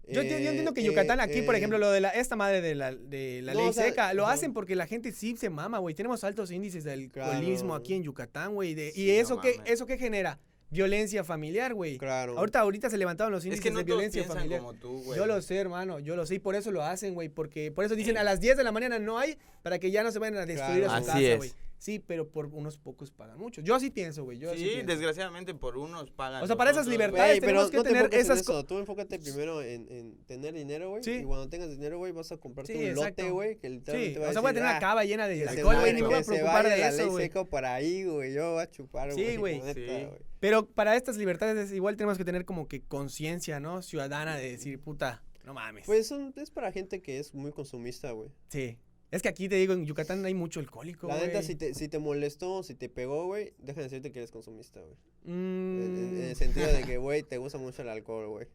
S2: Yo, enti- yo
S3: Eh,
S2: entiendo que
S3: eh,
S2: Yucatán, aquí, por
S3: eh,
S2: ejemplo, lo de la, esta madre de la, de la
S3: No,
S2: ley
S3: o sea,
S2: seca, lo
S3: ajá.
S2: hacen porque la gente sí se mama, güey. Tenemos altos índices de alcoholismo
S3: Claro.
S2: aquí en Yucatán, güey. de-
S1: Sí,
S2: ¿Y
S1: no
S2: eso qué
S1: mames.
S2: eso qué genera? Violencia familiar, güey.
S3: Claro.
S2: Ahorita, ahorita se levantaron los
S1: Es
S2: índices
S1: que no
S2: de
S1: todos
S2: violencia
S1: piensan
S2: familiar.
S1: como tú, güey.
S2: Yo lo sé, hermano, yo lo sé, y por eso lo hacen, güey, porque por eso dicen a las 10 de la mañana no hay para que ya no se vayan a destruir a
S1: Claro.
S2: su
S1: Así
S2: casa,
S1: es.
S2: güey. Sí, pero por unos pocos pagan mucho. Yo así pienso, güey, yo así
S1: Sí,
S2: pienso.
S1: desgraciadamente por unos pagan.
S2: O sea,
S1: los
S2: para esas
S1: otros, güey.
S2: libertades-
S3: Güey, pero
S2: tenemos que
S3: no te
S2: tener
S3: enfoques en
S2: esas co-
S3: eso. Tú enfócate primero en, en tener dinero, güey.
S2: Sí.
S3: Y cuando tengas dinero, güey, vas a comprarte
S2: Sí,
S3: un
S2: exacto.
S3: lote, güey, que literalmente
S2: Sí,
S3: va
S2: o sea, voy a
S3: decir,
S2: tener
S3: "Ah,
S2: la cava llena de
S3: que se
S2: alcohol, güey,
S3: vaya-
S2: ni me voy a
S3: que se
S2: preocupar
S3: vaya
S2: de
S3: la
S2: eso,
S3: ley
S2: güey.
S3: seca por ahí, güey. Yo voy a chupar,
S2: Sí,
S3: güey.
S2: güey.
S3: neta,
S1: Sí.
S3: güey.
S2: Pero para estas libertades igual tenemos que tener como que conciencia, ¿no? Ciudadana de decir, puta, no mames.
S3: Pues son- es para gente que es muy consumista, güey.
S2: sí. Es que aquí te digo, en Yucatán hay mucho alcohólico,
S3: La neta,
S2: güey.
S3: si te, si te molestó, si te pegó, güey, deja de decirte que eres consumista, güey. En, en- en
S2: Mm,
S3: el sentido de que, güey, te gusta mucho el alcohol, güey.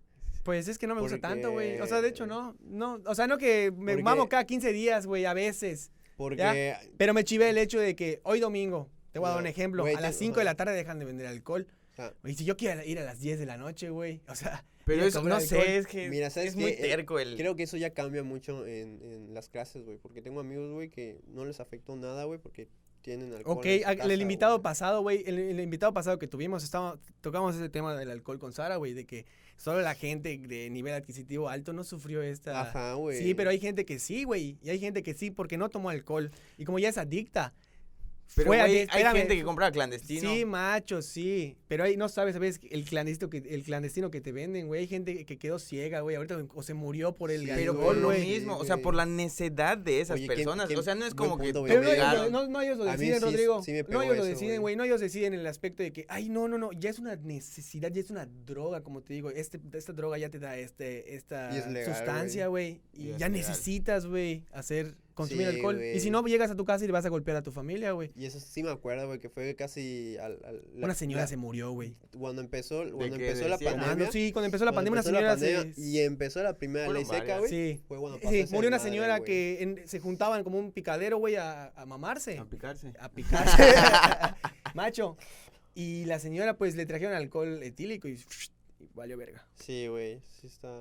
S2: Pues es que no me gusta tanto, güey. O sea, de hecho,
S3: porque-
S2: no. No, o sea, no que me
S3: Porque-
S2: mamo cada 15 días, güey, a veces.
S3: Porque.
S2: Pero me chivé el hecho de que hoy domingo, te voy a dar un
S3: No,
S2: ejemplo,
S3: güey,
S2: a
S3: te-
S2: las 5 de
S3: ajá.
S2: la tarde dejan de vender alcohol.
S3: ah,
S2: Y si yo quiero ir a las 10 de la noche, güey, o sea,
S1: Pero
S2: ir a
S1: eso,
S2: comprar
S1: no
S2: alcohol.
S1: sé, es que
S3: Mira, ¿sabes
S1: es muy
S3: qué? Eh,
S1: terco el...
S3: Creo que eso ya cambia mucho en, en las clases, güey. Porque tengo amigos, güey, que no les afectó nada, güey, porque tienen alcohol.
S2: Ok,
S3: en su
S2: a-
S3: casa,
S2: el invitado
S3: güey.
S2: pasado, güey, el, el invitado pasado que tuvimos, estaba, tocamos ese tema del alcohol con Sara, güey, de que solo la gente de nivel adquisitivo alto no sufrió esta...
S3: Ajá, güey.
S2: Sí, pero hay gente que sí, güey, y hay gente que sí porque no tomó alcohol, y como ya es adicta.
S1: Pero,
S2: fue
S1: güey,
S2: adi-
S1: hay
S2: espérame,
S1: gente que compra clandestino.
S2: Sí, macho, sí, pero ahí no sabes, sabes el clandestino que, el clandestino que te venden, güey, hay gente que quedó ciega, güey, ahorita o se murió por el
S1: pero
S3: Sí,
S1: por
S2: alcohol,
S1: lo
S2: güey.
S1: mismo, o sea,
S3: güey.
S1: por la necedad de esas
S3: Oye, ¿quién-
S1: personas.
S3: quién-
S1: o sea, no es
S3: buen
S1: como que
S3: punto, güey,
S2: Pero no,
S3: me
S1: obligaron.
S2: ellos, no, no ellos lo
S3: A mí
S2: deciden,
S3: sí-
S2: Rodrigo.
S3: sí me
S2: no
S3: pegó
S2: ellos lo
S3: eso,
S2: deciden,
S3: güey.
S2: güey. No ellos deciden en el aspecto de que, ay, no, no, no, ya es una necesidad, ya es una droga, como te digo. Este, esta droga ya te da este, esta
S3: Y es legal,
S2: sustancia, güey.
S1: Y
S2: Y,
S1: es
S2: ya
S1: legal.
S2: necesitas, güey, hacer, consumir
S3: Sí,
S2: alcohol. Y si
S3: güey.
S2: no, llegas a tu casa y le vas a golpear a tu familia, güey.
S3: Y eso sí me acuerdo, güey, que fue casi. Al, al- la-
S2: Una señora
S3: la-
S2: se murió, güey.
S3: Cuando empezó, cuando
S1: que
S3: empezó la
S1: decían,
S3: pandemia.
S2: Ah, no, sí, cuando empezó la
S3: cuando
S2: pandemia, una
S3: empezó la
S2: señora
S3: pandemia
S2: se...
S3: Y empezó la primera
S1: Fueron
S3: ley seca,
S1: varias.
S3: güey.
S2: Sí.
S3: Fue cuando
S2: Sí,
S3: pasó ese
S2: murió una
S3: desmadre,
S2: señora
S3: güey.
S2: que en- se juntaban como un picadero, güey, a, a mamarse.
S1: A
S3: Ah,
S1: picarse.
S2: a picarse. Macho. Y la señora, pues, le trajeron alcohol etílico y, y valió verga.
S3: Sí, güey. Sí está.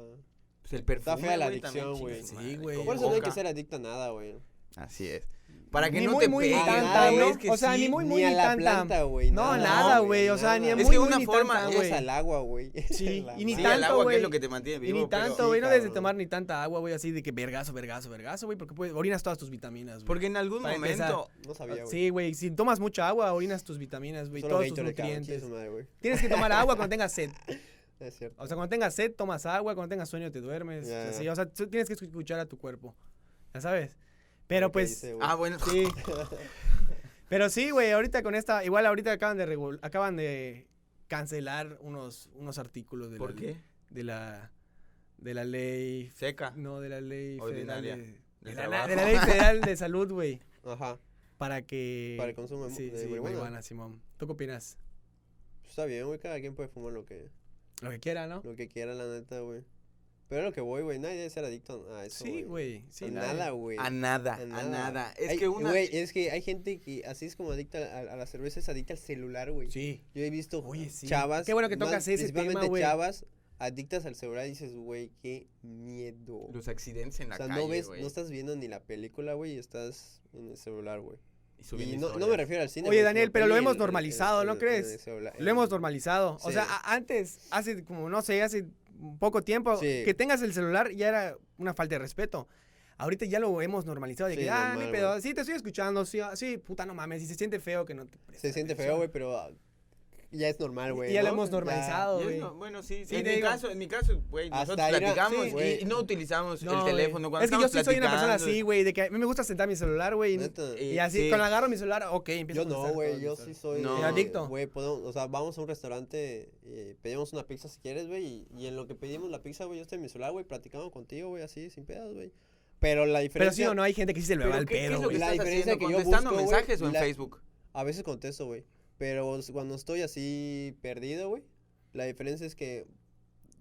S1: Pues el perfume,
S3: fea la
S1: güey, también,
S3: adicción,
S1: chinga su
S2: güey.
S1: madre,
S2: Sí, güey.
S1: como
S3: Por eso no hay que
S1: coca.
S3: ser adicto a nada, güey.
S1: Así es. Para que
S2: Ni
S1: no
S2: muy,
S1: te
S2: muy, ni
S1: peguen,
S2: tan,
S1: güey,
S3: tan, ¿no?
S1: es que
S2: O sea,
S1: sí.
S2: ni muy, muy,
S3: a
S2: ni
S3: la
S2: tan, tan.
S3: planta, güey.
S2: No,
S1: no,
S2: nada, güey. O sea, ni a
S3: nada.
S1: Es
S2: muy,
S1: que
S2: muy,
S1: una
S2: ni
S1: forma
S2: tanta,
S1: es
S2: güey.
S3: Es al agua, güey.
S2: Sí,
S3: La
S2: y ni
S1: Sí,
S3: madre.
S1: el
S2: tanto,
S1: agua que
S2: güey.
S1: es lo que te mantiene
S2: Y
S1: vivo.
S2: ni
S1: pero-
S2: tanto, güey. No debes de
S3: cabrón.
S2: tomar ni tanta agua, güey, así de que vergazo, vergazo, vergazo, güey, porque pues, orinas todas tus vitaminas, güey.
S1: Porque en algún
S2: Para empezar.
S1: momento...
S3: No sabía, güey.
S2: Sí, güey, si tomas mucha agua, orinas tus vitaminas, güey,
S3: Solo
S2: todos tus
S3: Gatorade, cabrón,
S2: nutrientes.
S3: chingue su madre, güey.
S2: Tienes que tomar agua cuando tengas sed.
S3: Es cierto.
S2: O sea, cuando tengas sed, tomas agua, cuando tengas sueño, te duermes.
S3: Ya, ya.
S2: así, O sea, tú tienes que escuchar a tu cuerpo. Ya sabes. Pero
S3: Lo que
S2: pues.
S3: dice, güey.
S1: Ah, bueno.
S2: Sí. Pero sí, güey, ahorita con esta. Igual ahorita acaban de regul- acaban de cancelar unos, unos artículos de
S1: ¿Por
S2: la,
S1: qué?
S2: de la. de la ley.
S1: Seca.
S2: No, de la ley federal
S1: Ordinaria.
S2: de,
S1: Del
S2: de la, de la
S1: trabajo.
S2: ley federal de salud, güey.
S3: Ajá.
S2: Para que.
S3: Para el consumo de mu-
S2: sí,
S3: de
S2: sí,
S3: marihuana.
S2: marihuana, Simón. ¿Tú qué opinas?
S3: Pues Está bien, güey. Cada quien puede fumar lo que,
S2: Lo que quiera, ¿no?
S3: lo que quiera, la neta, güey. Pero es lo que voy, güey. Nadie debe ser adicto a eso.
S2: Sí,
S3: güey.
S2: güey.
S3: a
S2: Sí, nadie.
S3: nada, güey.
S1: A nada, a nada. Es
S3: Hay-
S1: que una...
S3: Güey, es que hay gente que así es como adicta a, a la cerveza, es adicta al celular, güey.
S2: Sí.
S3: Yo he visto
S2: Oye, sí.
S3: chavas.
S2: Qué bueno que
S3: más-
S2: tocas ese tema,
S3: principalmente
S2: güey.
S3: chavas adictas al celular y dices, güey, qué miedo.
S1: Los accidentes en
S3: O
S1: la
S3: sea,
S1: calle,
S3: no ves,
S1: güey,
S3: no estás viendo ni la película, güey, y estás en el celular, güey.
S1: y
S3: Y
S1: subiendo
S3: no, no me
S1: historias.
S3: refiero al cine.
S2: Oye,
S3: güey,
S2: Daniel,
S3: sino
S2: pero lo
S3: peli
S2: hemos
S3: en- en-
S2: normalizado, ¿no
S3: en-
S2: crees?
S3: en el celular,
S2: Lo hemos
S3: en-
S2: normalizado. O sea,
S3: Sí.
S2: a- antes, hace como, no sé, hace un poco tiempo,
S3: Sí.
S2: que tengas el celular ya era una falta de respeto. Ahorita ya lo hemos normalizado de
S3: Sí,
S2: que, ah,
S3: normal,
S2: ni pedo,
S3: güey.
S2: sí, te estoy escuchando, sí, ah, sí, puta, no mames, y se siente feo que no te
S3: Se
S2: prestan
S3: siente
S2: atención.
S3: feo, güey, pero ah, ya es normal, güey.
S2: ya lo
S3: ¿no?
S2: hemos normalizado,
S1: Yo
S2: güey.
S1: no- bueno, sí,
S2: Sí,
S1: en,
S2: te
S1: mi
S2: digo.
S1: caso, en mi caso, güey,
S3: Hasta
S1: nosotros
S3: ir a-
S1: platicamos güey,
S3: sí, güey.
S1: y no utilizamos
S2: No,
S1: el
S2: güey.
S1: teléfono. Cuando
S2: es que yo sí
S1: estamos
S2: soy una persona
S1: platicando,
S2: así, güey, de que a mí me gusta sentar mi celular, güey.
S3: Neta.
S1: y-
S2: Y así,
S1: sí.
S2: cuando agarro mi celular, ok, empiezo a
S3: Yo no,
S2: contestar
S3: güey,
S2: todo,
S3: yo
S2: todo.
S3: sí soy...
S1: No.
S3: eh,
S2: Adicto.
S3: Güey, podemos- o sea, vamos a un restaurante, eh, pedimos una pizza si quieres, güey, y, y en lo que pedimos la pizza, güey, yo estoy en mi celular, güey, platicando contigo, güey, así, sin pedas, güey. Pero la
S2: Pero
S3: diferencia...
S2: sí o no, hay gente que sí se le
S1: Pero
S2: va el
S1: ¿qué- qué es
S2: pedo,
S1: lo que
S2: güey.
S3: La
S1: estás
S3: diferencia
S1: haciendo?
S3: que yo
S1: ¿Contestando
S3: busco, güey,
S1: mensajes o en
S3: la-
S1: Facebook?
S3: A veces contesto, güey. Pero s- cuando estoy así perdido, güey, la diferencia es que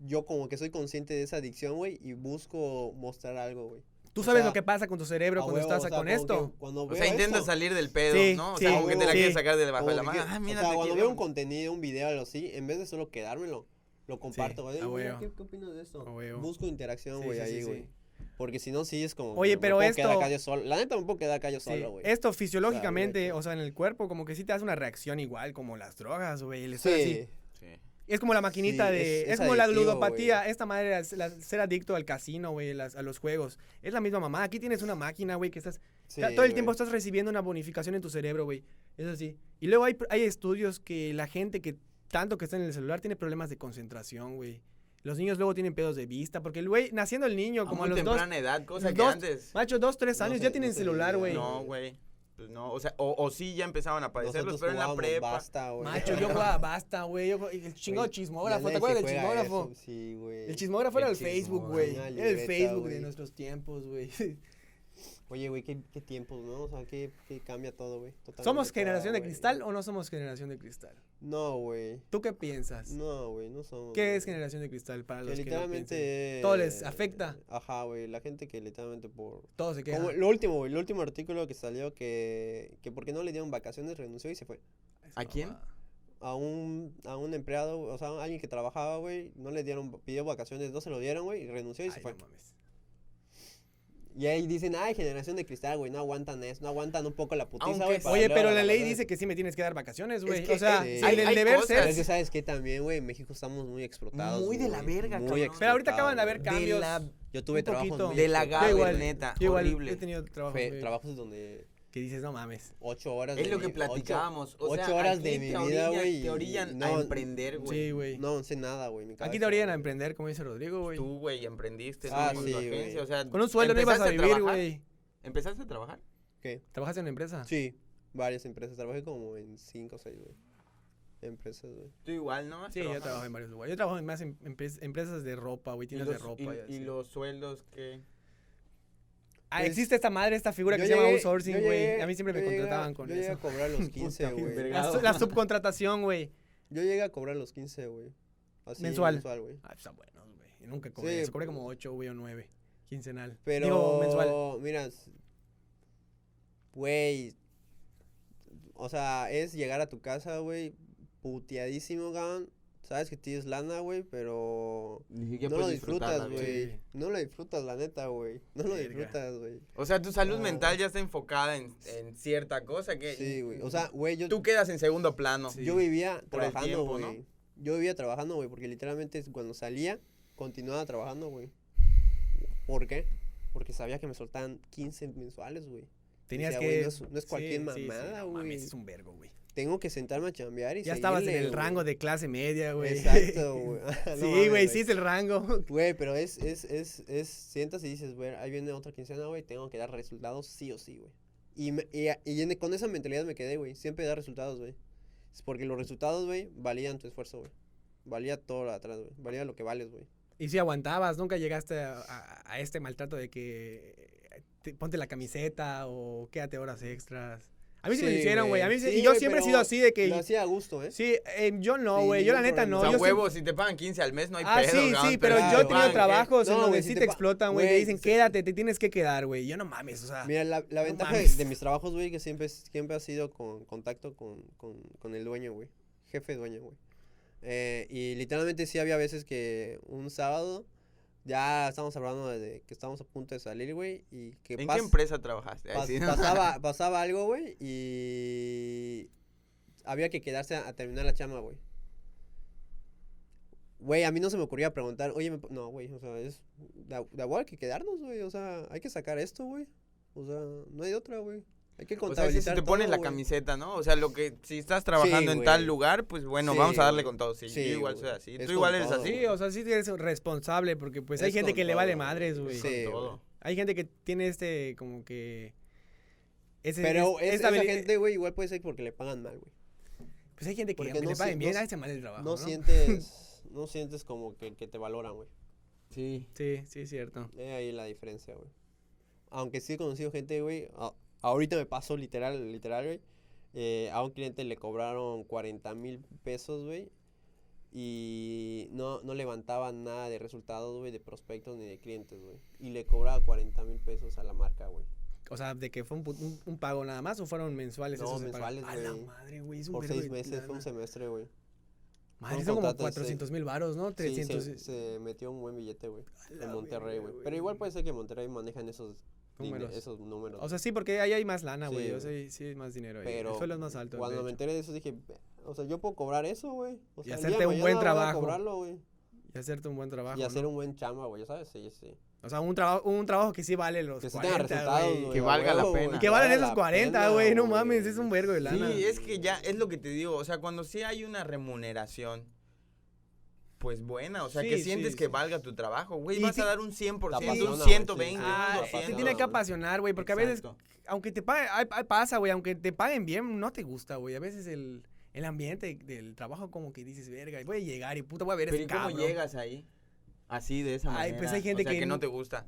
S3: yo como que soy consciente de esa adicción, güey, y busco mostrar algo, güey.
S2: Tú sabes
S3: sea,
S2: lo que pasa con tu cerebro
S3: A
S2: cuando
S3: huevo,
S2: estás
S3: o sea,
S2: con
S3: como
S2: esto.
S3: que Cuando
S1: O
S3: veo
S1: sea, intentas
S3: esto,
S1: salir del pedo,
S2: Sí,
S1: ¿no? O
S2: sí.
S1: sea, como que te la
S3: Sí.
S1: quieres sacar de debajo de la
S3: como que
S1: mano.
S3: quiero-
S1: Ah,
S3: o
S1: mira,
S3: sea,
S1: te
S3: cuando
S1: quiero.
S3: veo un contenido, un video algo así, en vez de solo quedármelo, lo comparto, güey.
S2: a
S3: "Ey, mira,
S2: huevo.
S3: ¿Qué, qué opinas de esto?
S2: A huevo.
S3: Busco interacción,
S2: Sí,
S3: güey,
S2: sí, sí,
S3: ahí,
S2: sí.
S3: güey. Porque si no, sí es como.
S2: Oye,
S3: que me
S2: pero
S3: puedo quedar
S2: esto-
S3: acá yo solo. La neta me puedo quedar acá yo
S2: Sí,
S3: solo, güey.
S2: Esto fisiológicamente,
S3: directo.
S2: o sea, en el cuerpo, como que sí te hace una reacción igual, como las drogas, güey. el estar así.
S3: Sí.
S1: Sí.
S2: Es como la maquinita
S3: Sí,
S2: de.
S3: es-
S2: Es,
S3: es
S2: como la
S3: adictivo,
S2: ludopatía.
S3: güey.
S2: Esta madre, la- la- ser adicto al casino, güey, las- a los juegos. Es la misma mamá. Aquí tienes una máquina, güey, que estás.
S3: sí,
S2: ta- todo el
S3: güey.
S2: tiempo estás recibiendo una bonificación en tu cerebro, güey. Es así. Y luego hay, pr- hay estudios que la gente que tanto que está en el celular tiene problemas de concentración, güey. Los niños luego tienen pedos de vista, porque el güey, naciendo el niño, como a,
S1: Ah, muy
S2: los dos.
S1: temprana edad, cosa
S2: los
S1: que
S2: dos-
S1: antes.
S2: Macho, dos, tres
S3: No
S2: años
S3: sé-
S2: ya
S3: no
S2: tienen
S3: sé,
S2: celular,
S3: ya.
S2: güey.
S1: No, güey. Pues no, o sea, o, o sí ya empezaban a padecerlos,
S3: Nosotros
S1: pero en la
S3: jugábamos
S1: prepa.
S3: Basta, güey.
S2: Macho, yo jugaba basta, güey. yo jugaba- El chingado
S3: Güey, Ya
S2: chismógrafo, ¿te
S3: nadie
S2: acuerdas
S3: se
S2: del
S3: juega
S2: chismógrafo?
S3: eso, Sí, güey.
S2: El chismógrafo era
S1: El
S2: el Facebook,
S1: chismógrafo,
S2: güey.
S3: una
S2: Era el
S3: libreta,
S2: Facebook de
S3: güey.
S2: nuestros tiempos, güey.
S3: Oye, güey, qué, qué tiempos, ¿no? O sea, qué, qué cambia todo, güey. Totalmente
S2: ¿Somos
S3: todo,
S2: generación de
S3: güey.
S2: cristal o no somos generación de cristal?
S3: No, güey.
S2: ¿Tú qué piensas?
S3: No, güey, no somos.
S2: Pues, ¿Qué
S3: güey.
S2: es generación de cristal para
S3: Que
S2: los que no piensen?
S3: literalmente. eh,
S2: Todo les afecta.
S3: Ajá, güey. La gente que literalmente por.
S2: Todo se queja.
S3: Como lo último, güey. El último artículo que salió que. Que porque no le dieron vacaciones renunció y se fue.
S2: Esa
S1: ¿A quién?
S2: mamada.
S3: a un, a un empleado, o sea, alguien que trabajaba, güey, no le dieron, pidió vacaciones, no se lo dieron, güey, y renunció y
S2: Ay,
S3: se fue.
S2: no mames.
S3: Y ahí dicen, ay, generación de cristal, güey, no aguantan eso, no aguantan un poco la putiza,
S1: Aunque
S3: güey.
S1: sí.
S3: para
S2: Oye,
S3: luego
S2: pero la ley
S3: vacaciones".
S2: dice que sí me tienes que dar vacaciones, güey.
S1: que
S2: o sea,
S3: hay-
S2: el,
S3: hay-
S2: el
S1: hay
S2: deber
S1: cosas.
S3: Pero es
S2: ser.
S3: que sabes que también, güey, en México estamos muy explotados.
S1: Muy de la
S3: güey,
S1: verga,
S3: muy
S1: cabrón.
S3: explotados.
S2: Pero ahorita acaban de haber
S1: De
S2: cambios.
S1: la-
S3: Yo tuve
S2: un
S3: trabajos
S2: poquito.
S3: muy
S1: De la
S3: explotados,
S1: gaber,
S3: güey.
S1: neta.
S2: Yo igual
S1: horrible.
S2: he tenido trabajos,
S3: Fe-
S2: güey,
S3: trabajos donde
S2: que dices, no mames.
S3: ocho horas.
S1: Es
S3: de
S1: lo
S3: mi-
S1: que
S3: ocho-
S1: platicábamos. O
S3: ocho
S1: sea,
S3: horas
S1: aquí
S3: de
S1: te
S3: mi vida,
S1: orillan-
S3: güey.
S1: Te
S3: y
S1: orillan a
S3: no-
S1: emprender,
S2: Sí,
S1: güey.
S2: güey.
S3: No, no sé nada, güey. mi
S2: Aquí
S3: cabeza,
S2: te obligan a
S3: güey.
S2: emprender, como dice Rodrigo, güey.
S1: Tú, güey, emprendiste
S3: Ah,
S1: ¿no? con
S3: sí,
S1: tu
S3: güey.
S1: agencia. O sea,
S2: Con un sueldo no ibas a
S1: ¿empezaste
S2: vivir,
S1: trabajar?
S2: güey.
S1: ¿Empezaste a trabajar?
S3: ¿Qué?
S2: ¿Trabajas en una empresa?
S3: Sí, varias empresas. Trabajé como en cinco o seis, güey. Empresas, güey.
S1: Tú igual, ¿no? Has
S2: Sí, yo
S1: trabajado.
S2: trabajo en varios lugares. Yo trabajo en más en- empres- empresas de ropa, güey,
S1: ¿Y
S2: tiendas de
S1: los,
S2: ropa.
S1: y-
S2: y
S1: y
S2: así.
S1: los sueldos que...
S2: Ah,
S3: Pues,
S2: existe esta madre, esta figura que
S3: Yo
S2: se llama
S3: llegué-
S2: outsourcing,
S3: yo
S2: güey.
S3: llegué-
S2: A mí siempre
S3: yo
S2: me
S3: llegué a-
S2: contrataban con
S3: yo llegué
S2: eso.
S3: a cobrar los 15,
S1: bien
S3: güey.
S1: verga.
S2: La, su- la subcontratación, güey.
S3: Yo llegué a cobrar los 15, güey. Así,
S2: Mensual.
S3: Mensual, güey.
S2: Ah, están buenos, güey. Y Nunca cobré.
S3: Sí. pues.
S2: Se cobré como 8, güey, o 9. Quincenal.
S3: Pero,
S2: Digo, mensual.
S3: mira, s- güey, o sea, es llegar a tu casa, güey, puteadísimo, cabrón. Sabes que tienes lana, güey, pero
S1: Pues
S3: no lo disfrutas, güey.
S2: Sí.
S3: No lo disfrutas, la neta, güey. No lo
S2: Verga.
S3: disfrutas, güey.
S1: O sea, tu salud
S3: No.
S1: mental ya está enfocada en, en cierta cosa que...
S3: Sí, güey. O sea, güey, yo...
S1: Tú quedas en segundo plano.
S2: Sí.
S3: Yo vivía
S1: Por el
S3: trabajando,
S1: tiempo,
S3: güey.
S1: ¿no?
S3: Yo vivía trabajando, güey, porque literalmente es cuando salía, continuaba trabajando, güey. ¿Por qué? Porque sabía que me soltaban 15 mensuales, güey.
S2: Tenías
S3: decía,
S2: que.
S3: güey, no es- no es cualquier
S2: no
S3: mamada,
S2: mames,
S3: güey.
S2: es un vergo, güey.
S3: Tengo que sentarme a chambear y
S2: Ya estabas en
S3: seguirle,
S2: el
S3: güey.
S2: rango de clase media, güey.
S3: Exacto, güey. Ah, No
S2: sí,
S3: mames,
S2: güey, sí es el rango.
S3: Güey, pero es, es, es, es, sientas y dices, güey, ahí viene otra quincena, güey, tengo que dar resultados sí o sí, güey. Y, me- y, y en- con esa mentalidad me quedé, güey, siempre dar resultados, güey. Es Porque los resultados, güey, valían tu esfuerzo, güey. Valía todo lo de atrás, güey. Valía lo que vales, güey.
S2: Y si aguantabas, nunca llegaste a, a- a este maltrato de que eh, te- ponte la camiseta o quédate horas extras. A mí sí, me lo
S3: Sí,
S2: hicieron, güey. A mí
S3: güey.
S2: sí-
S3: Sí,
S2: y yo
S3: güey,
S2: siempre he
S3: pero
S2: sido así de que.
S3: Lo hacía a gusto, ¿eh?
S2: Sí, eh, yo no,
S3: Sin
S2: güey. Yo la
S3: ningún
S2: neta
S3: problema.
S2: no.
S1: o sea,
S2: yo siempre-
S1: huevos, si te pagan 15 al mes no hay
S2: Ah,
S1: pedo.
S2: sí,
S1: cabrón,
S2: sí, pero yo he
S1: si te
S2: tenido
S1: pagan, ¿qué?
S2: trabajos en
S3: No,
S2: donde
S3: güey,
S2: sí
S3: si
S2: te,
S3: te pa-
S2: explotan, güey. Te
S3: güey,
S2: dicen,
S3: sí.
S2: quédate, te tienes que quedar, güey. Yo no mames, o sea.
S3: Mira, la, la ventaja de-
S2: mames.
S3: de mis trabajos, güey, que siempre, es- siempre ha sido con contacto con, con, con el dueño, güey. Jefe dueño, güey. Eh, y literalmente sí había veces que un sábado ya estábamos hablando de que estábamos a punto de salir, güey, y que
S1: ¿En
S3: pas-
S1: qué empresa trabajaste? Ay,
S3: pas-
S1: sí, ¿no?
S3: pasaba, pasaba algo, güey, y había que quedarse a, a terminar la chama, güey. Güey, a mí no se me ocurría preguntar, oye, me p- no, güey, o sea, es de, a- de a huevo hay que quedarnos, güey, o sea, hay que sacar esto, güey. O sea, no hay otra, güey. Hay que
S1: O sea, si
S3: contabilizar.
S1: se te pones
S3: todo,
S1: la
S3: güey.
S1: camiseta, ¿no? O sea, lo que si estás trabajando en
S3: güey.
S1: tal lugar, pues bueno,
S3: Sí,
S1: vamos a darle
S3: güey.
S1: con todo. Sí,
S3: Sí,
S1: yo igual soy
S3: güey.
S1: así.
S3: Es
S1: Tú igual
S3: con
S1: eres
S3: todo,
S1: así.
S2: Sí, o sea, sí eres responsable porque pues hay
S3: Es
S2: gente
S3: con
S2: que le
S3: todo,
S2: vale
S3: güey.
S2: madres, güey.
S3: Sí,
S1: con todo.
S3: güey.
S2: Hay gente que tiene este como que ese-
S3: Pero
S2: es-
S3: es,
S2: esta
S3: esa
S2: habili-
S3: gente, güey, igual puede ser porque le pagan mal, güey.
S2: pues hay gente que
S3: porque
S2: aunque
S3: no
S2: le
S3: sien-
S2: paguen bien,
S3: no-
S2: hace mal el trabajo,
S3: No,
S2: ¿no?
S3: sientes, no sientes como que, que te valoran, güey.
S1: Sí.
S2: Sí, sí es cierto.
S3: Es ahí la diferencia, güey. Aunque sí he conocido gente, güey. a- Ahorita me pasó literal, literal, güey. eh, a un cliente le cobraron 40 mil pesos, güey. Y no, no levantaba nada de resultados, güey, de prospectos ni de clientes, güey. Y le cobraba 40 mil pesos a la marca, güey.
S2: O sea, de que fue un, pu- un- un pago nada más o fueron mensuales
S3: No,
S2: esos de pago?
S3: mensuales,
S2: A la
S3: güey.
S2: madre, güey, es un
S3: Por
S2: vergo
S3: seis
S2: de
S3: meses, fue
S2: lana.
S3: un semestre, güey.
S2: Madre,
S3: un
S2: son como
S3: contrato de
S2: 400 mil varos, ¿no?
S3: Sí, se-
S2: 300.
S3: se, metió un buen billete, güey.
S2: a la
S3: En Monterrey,
S2: verga,
S3: güey. Pero igual pues, puede ser que en Monterrey manejan esos dine-
S2: Números.
S3: esos números.
S2: O sea, sí, porque ahí hay más lana,
S3: Sí,
S2: güey. o
S3: güey.
S2: sea, ahí sí hay más dinero. ahí.
S3: Pero
S2: el suelo es más alto. de
S3: Cuando me
S2: hecho.
S3: enteré de eso dije, "Ve- o sea, yo puedo cobrar eso, güey. O sea, el día de
S2: hacerte un buen
S3: mañana van a
S2: trabajo.
S3: cobrarlo, güey.
S2: Y hacerte un buen trabajo.
S3: Y hacer
S2: ¿no?
S3: un buen chamba, güey, ya sabes, sí, sí.
S2: O sea, un, trabajo un trabajo que sí vale los
S3: Que se tengan
S2: 40,
S3: resultados,
S2: güey.
S3: güey.
S1: Que
S3: a
S1: valga la
S3: huevo, güey,
S1: pena.
S2: Y que valen
S3: valga
S2: esos
S3: la
S2: 40,
S3: pena,
S2: güey. No mames, es un vergo de lana.
S1: Sí, es que ya es lo que te digo. O sea, cuando sí hay una remuneración, pues buena. O sea, que
S2: Sí,
S1: sientes
S2: sí,
S1: que
S2: sí.
S1: valga tu trabajo, güey.
S2: Y
S1: Vas
S2: ti-
S1: a dar un 100%,
S3: La pasión,
S1: un
S3: güey,
S1: 120.
S3: sí.
S1: un
S2: Ah,
S3: Lo
S2: te
S3: apasiona,
S2: tiene que
S3: güey.
S1: 200.
S2: apasionar, güey, porque a veces
S1: Exacto.
S2: aunque te paguen, ay, ay, pasa, güey, aunque te paguen bien, no te gusta, güey. A veces el, el ambiente del trabajo como que dices, verga, voy a llegar y puta, voy a ver
S1: Pero
S2: ese
S1: ¿y cómo
S2: cabrón.
S1: llegas ahí? Así, de esa
S2: Ay,
S1: manera.
S2: pues hay gente
S1: o sea,
S2: que
S1: que, no
S2: no-
S1: te gusta.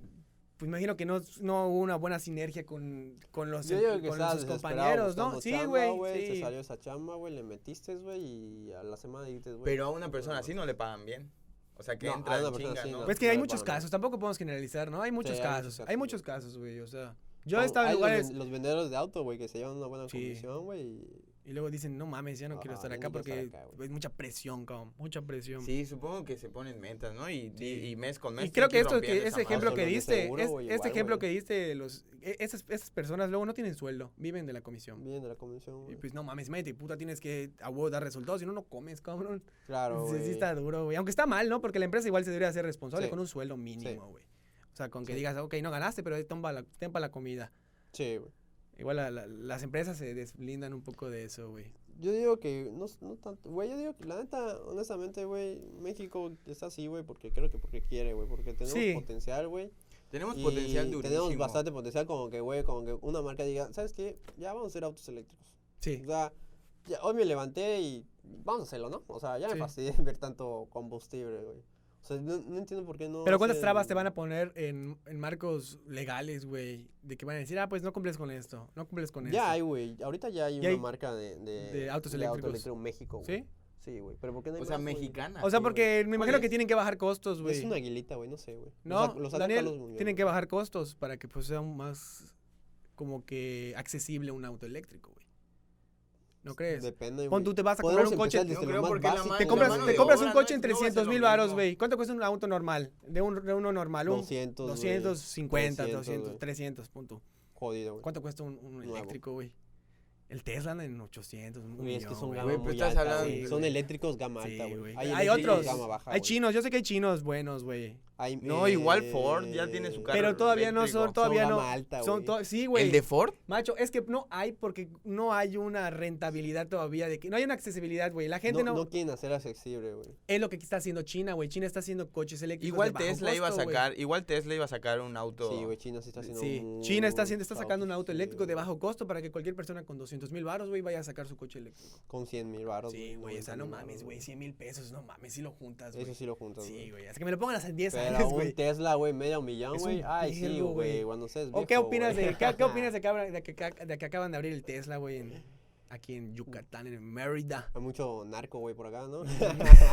S2: Pues imagino que no, no hubo una buena sinergia con, con los
S3: Yo
S2: em-
S3: digo que
S2: con
S3: estabas
S2: sus
S3: desesperado
S2: compañeros, ¿no?
S3: buscando
S2: Sí,
S3: chamba,
S2: güey.
S3: Te
S2: Sí.
S3: salió esa chamba, güey, le metiste, güey, y a la semana dijiste, güey.
S1: Pero a una persona así no le pagan bien. O sea, que
S3: No, a
S1: entra
S3: una
S1: en
S3: persona
S1: chinga,
S3: así
S1: ¿no?
S3: no.
S2: Pues que hay
S3: no,
S2: muchos
S3: para nada.
S2: casos, tampoco podemos generalizar, ¿no? Hay muchos
S3: hay muchos
S2: casos, hay
S3: casos,
S2: muchos
S3: güey.
S2: casos, güey, o sea. Yo he
S3: Como-
S2: estado en
S3: hay los ven-
S2: lugares
S3: Los, vendedores de auto, güey, que se llevan una buena
S2: Sí.
S3: comisión, güey. y-
S2: y luego dicen, no mames, ya no quiero
S3: Ajá,
S2: estar
S3: ya
S2: acá
S3: no quiero
S2: porque
S3: estar acá, güey.
S2: es mucha presión, cabrón, mucha presión.
S1: Sí, supongo que se ponen metas, ¿no? Y,
S2: Sí.
S1: y- y mes con mes.
S2: Y
S1: tienen
S2: creo
S1: ir
S2: que esto,
S1: rompiendo
S2: que
S1: esa
S2: ese ejemplo
S1: madre.
S2: que
S3: Los de
S2: diste,
S3: seguro,
S2: es-
S3: güey,
S2: este
S3: igual,
S2: ejemplo
S3: güey.
S2: que diste, de los, e- esas, esas personas luego no tienen sueldo, viven de la comisión.
S3: Bien de la comisión,
S2: Y
S3: güey.
S2: pues no mames, mete, puta, tienes que a huevo dar resultados, si no, no comes, cabrón.
S3: Claro,
S2: Sí,
S3: güey.
S2: sí está duro, güey. Aunque está mal, ¿no? Porque la empresa igual se debería hacer responsable
S3: Sí.
S2: con un sueldo mínimo, güey. O sea, con que digas, ok, no ganaste, pero ahí toma la, tempa la comida.
S3: Sí, güey.
S2: Igual la- la- las empresas se deslindan un poco de eso, güey.
S3: Yo digo que no, s- no tanto, güey, yo digo que la neta, honestamente, güey, México está así, güey, porque creo que porque quiere, güey, porque tenemos
S2: Sí.
S3: potencial, güey.
S1: Tenemos
S3: y
S1: potencial durísimo.
S3: Tenemos bastante potencial como que, güey, como que una marca diga, ¿sabes qué? Ya vamos a hacer autos eléctricos.
S2: Sí.
S3: O sea, ya hoy me levanté y vamos a hacerlo, ¿no? O sea, ya
S2: Sí.
S3: me fastidié de ver tanto combustible, güey. O sea, no, no entiendo por qué no
S2: Pero ¿cuántas trabas te
S3: hacen-
S2: van a poner en, en marcos legales, güey? De que van a decir, ah, pues no cumples con esto, no cumples con
S3: Ya hay,
S2: esto.
S3: güey. Ahorita ya hay
S2: Ya
S3: una
S2: hay
S3: marca de, de,
S2: de autos eléctricos.
S3: eléctrico en México, güey.
S2: ¿Sí?
S3: Sí, güey. Pero ¿por qué no hay
S1: O sea,
S3: más, güey?
S1: mexicana.
S2: O
S1: sí,
S2: sea,
S1: güey.
S2: porque me
S1: ¿Cuál
S2: imagino que
S1: es?
S2: tienen que bajar costos, güey.
S3: Es una aguilita, güey, no sé, güey. Lo
S2: No,
S3: sac- lo sacó
S2: Daniel,
S3: Carlos Muñoz,
S2: tienen
S3: güey.
S2: que bajar costos para que pues sea más como que accesible un auto eléctrico, güey. ¿No crees?
S3: Depende,
S2: Pon,
S3: güey.
S2: tú te vas a comprar
S3: Podemos
S2: un coche.
S3: empezar
S1: Yo
S3: desde lo
S1: creo
S3: más
S1: porque la
S3: básico,
S1: mano-
S2: Te
S1: la
S2: compras,
S1: mano
S2: te
S1: de
S2: compras
S1: obra
S2: un
S1: no-
S2: coche en
S1: no va a ser
S2: 300 mil
S1: lo
S2: varos,
S1: mismo.
S2: güey. ¿Cuánto cuesta un auto normal? De, un, de uno normal, un
S3: 200, güey.
S2: 250,
S3: 300,
S2: 200,
S3: güey.
S2: 300, punto.
S3: Jodido, güey.
S2: ¿Cuánto cuesta un, un
S3: Nuevo.
S2: eléctrico, güey? El Tesla anda en 800, un
S3: Güey, es que
S2: millón,
S3: son
S2: güey.
S3: gama
S1: Güey, pues
S3: muy
S1: estás
S3: alta,
S1: hablando-
S3: güey.
S2: Sí,
S3: Son
S2: güey.
S3: eléctricos gama
S2: Sí,
S3: alta, güey.
S2: güey. Hay
S3: eléctricos
S2: otros.
S3: Gama baja,
S2: Hay
S3: güey.
S2: chinos, yo sé que hay chinos buenos, güey.
S3: Hay,
S1: No, igual Ford ya
S3: eh,
S1: tiene su carro.
S2: Pero todavía no
S1: eléctrico.
S2: son, todavía
S3: Son
S2: no.
S3: gama alta,
S2: son
S3: güey.
S2: to- sí, güey.
S1: ¿El de Ford?
S2: Macho, es que no hay porque no hay una rentabilidad todavía de que no hay una accesibilidad, güey. La gente
S3: no,
S2: no,
S3: no quieren hacer accesible, güey.
S2: es lo que está haciendo China, güey. China está haciendo coches eléctricos
S1: Igual
S2: de bajo
S1: Tesla iba a
S2: costo, güey.
S1: sacar, igual Tesla iba a sacar un auto.
S3: Sí, güey, China sí está haciendo
S2: Sí, China está haciendo está sacando un auto eléctrico de bajo costo para que cualquier persona con 200 mil baros, güey, vaya a sacar su coche eléctrico.
S3: Con 100 mil baros,
S2: Sí, güey, o sea,
S3: 90,000
S2: no
S3: varos,
S2: mames, güey, 100 mil pesos, no mames, si lo juntas, güey.
S3: Eso sí lo juntas,
S2: Sí,
S3: güey.
S2: güey, así que me lo pongas en 10 años,
S3: Pero un
S2: güey.
S3: Tesla, güey, medio millón,
S2: Es un
S3: güey. Ay, sí,
S2: vergo, güey.
S3: güey, cuando seas
S2: ¿O qué
S3: viejo,
S2: opinas
S3: güey.
S2: de qué, qué opinas de que, abra- de que ca- de que acaban de abrir el Tesla, güey, en- aquí en Yucatán, en Mérida?
S3: Hay mucho narco, güey, por acá, ¿no?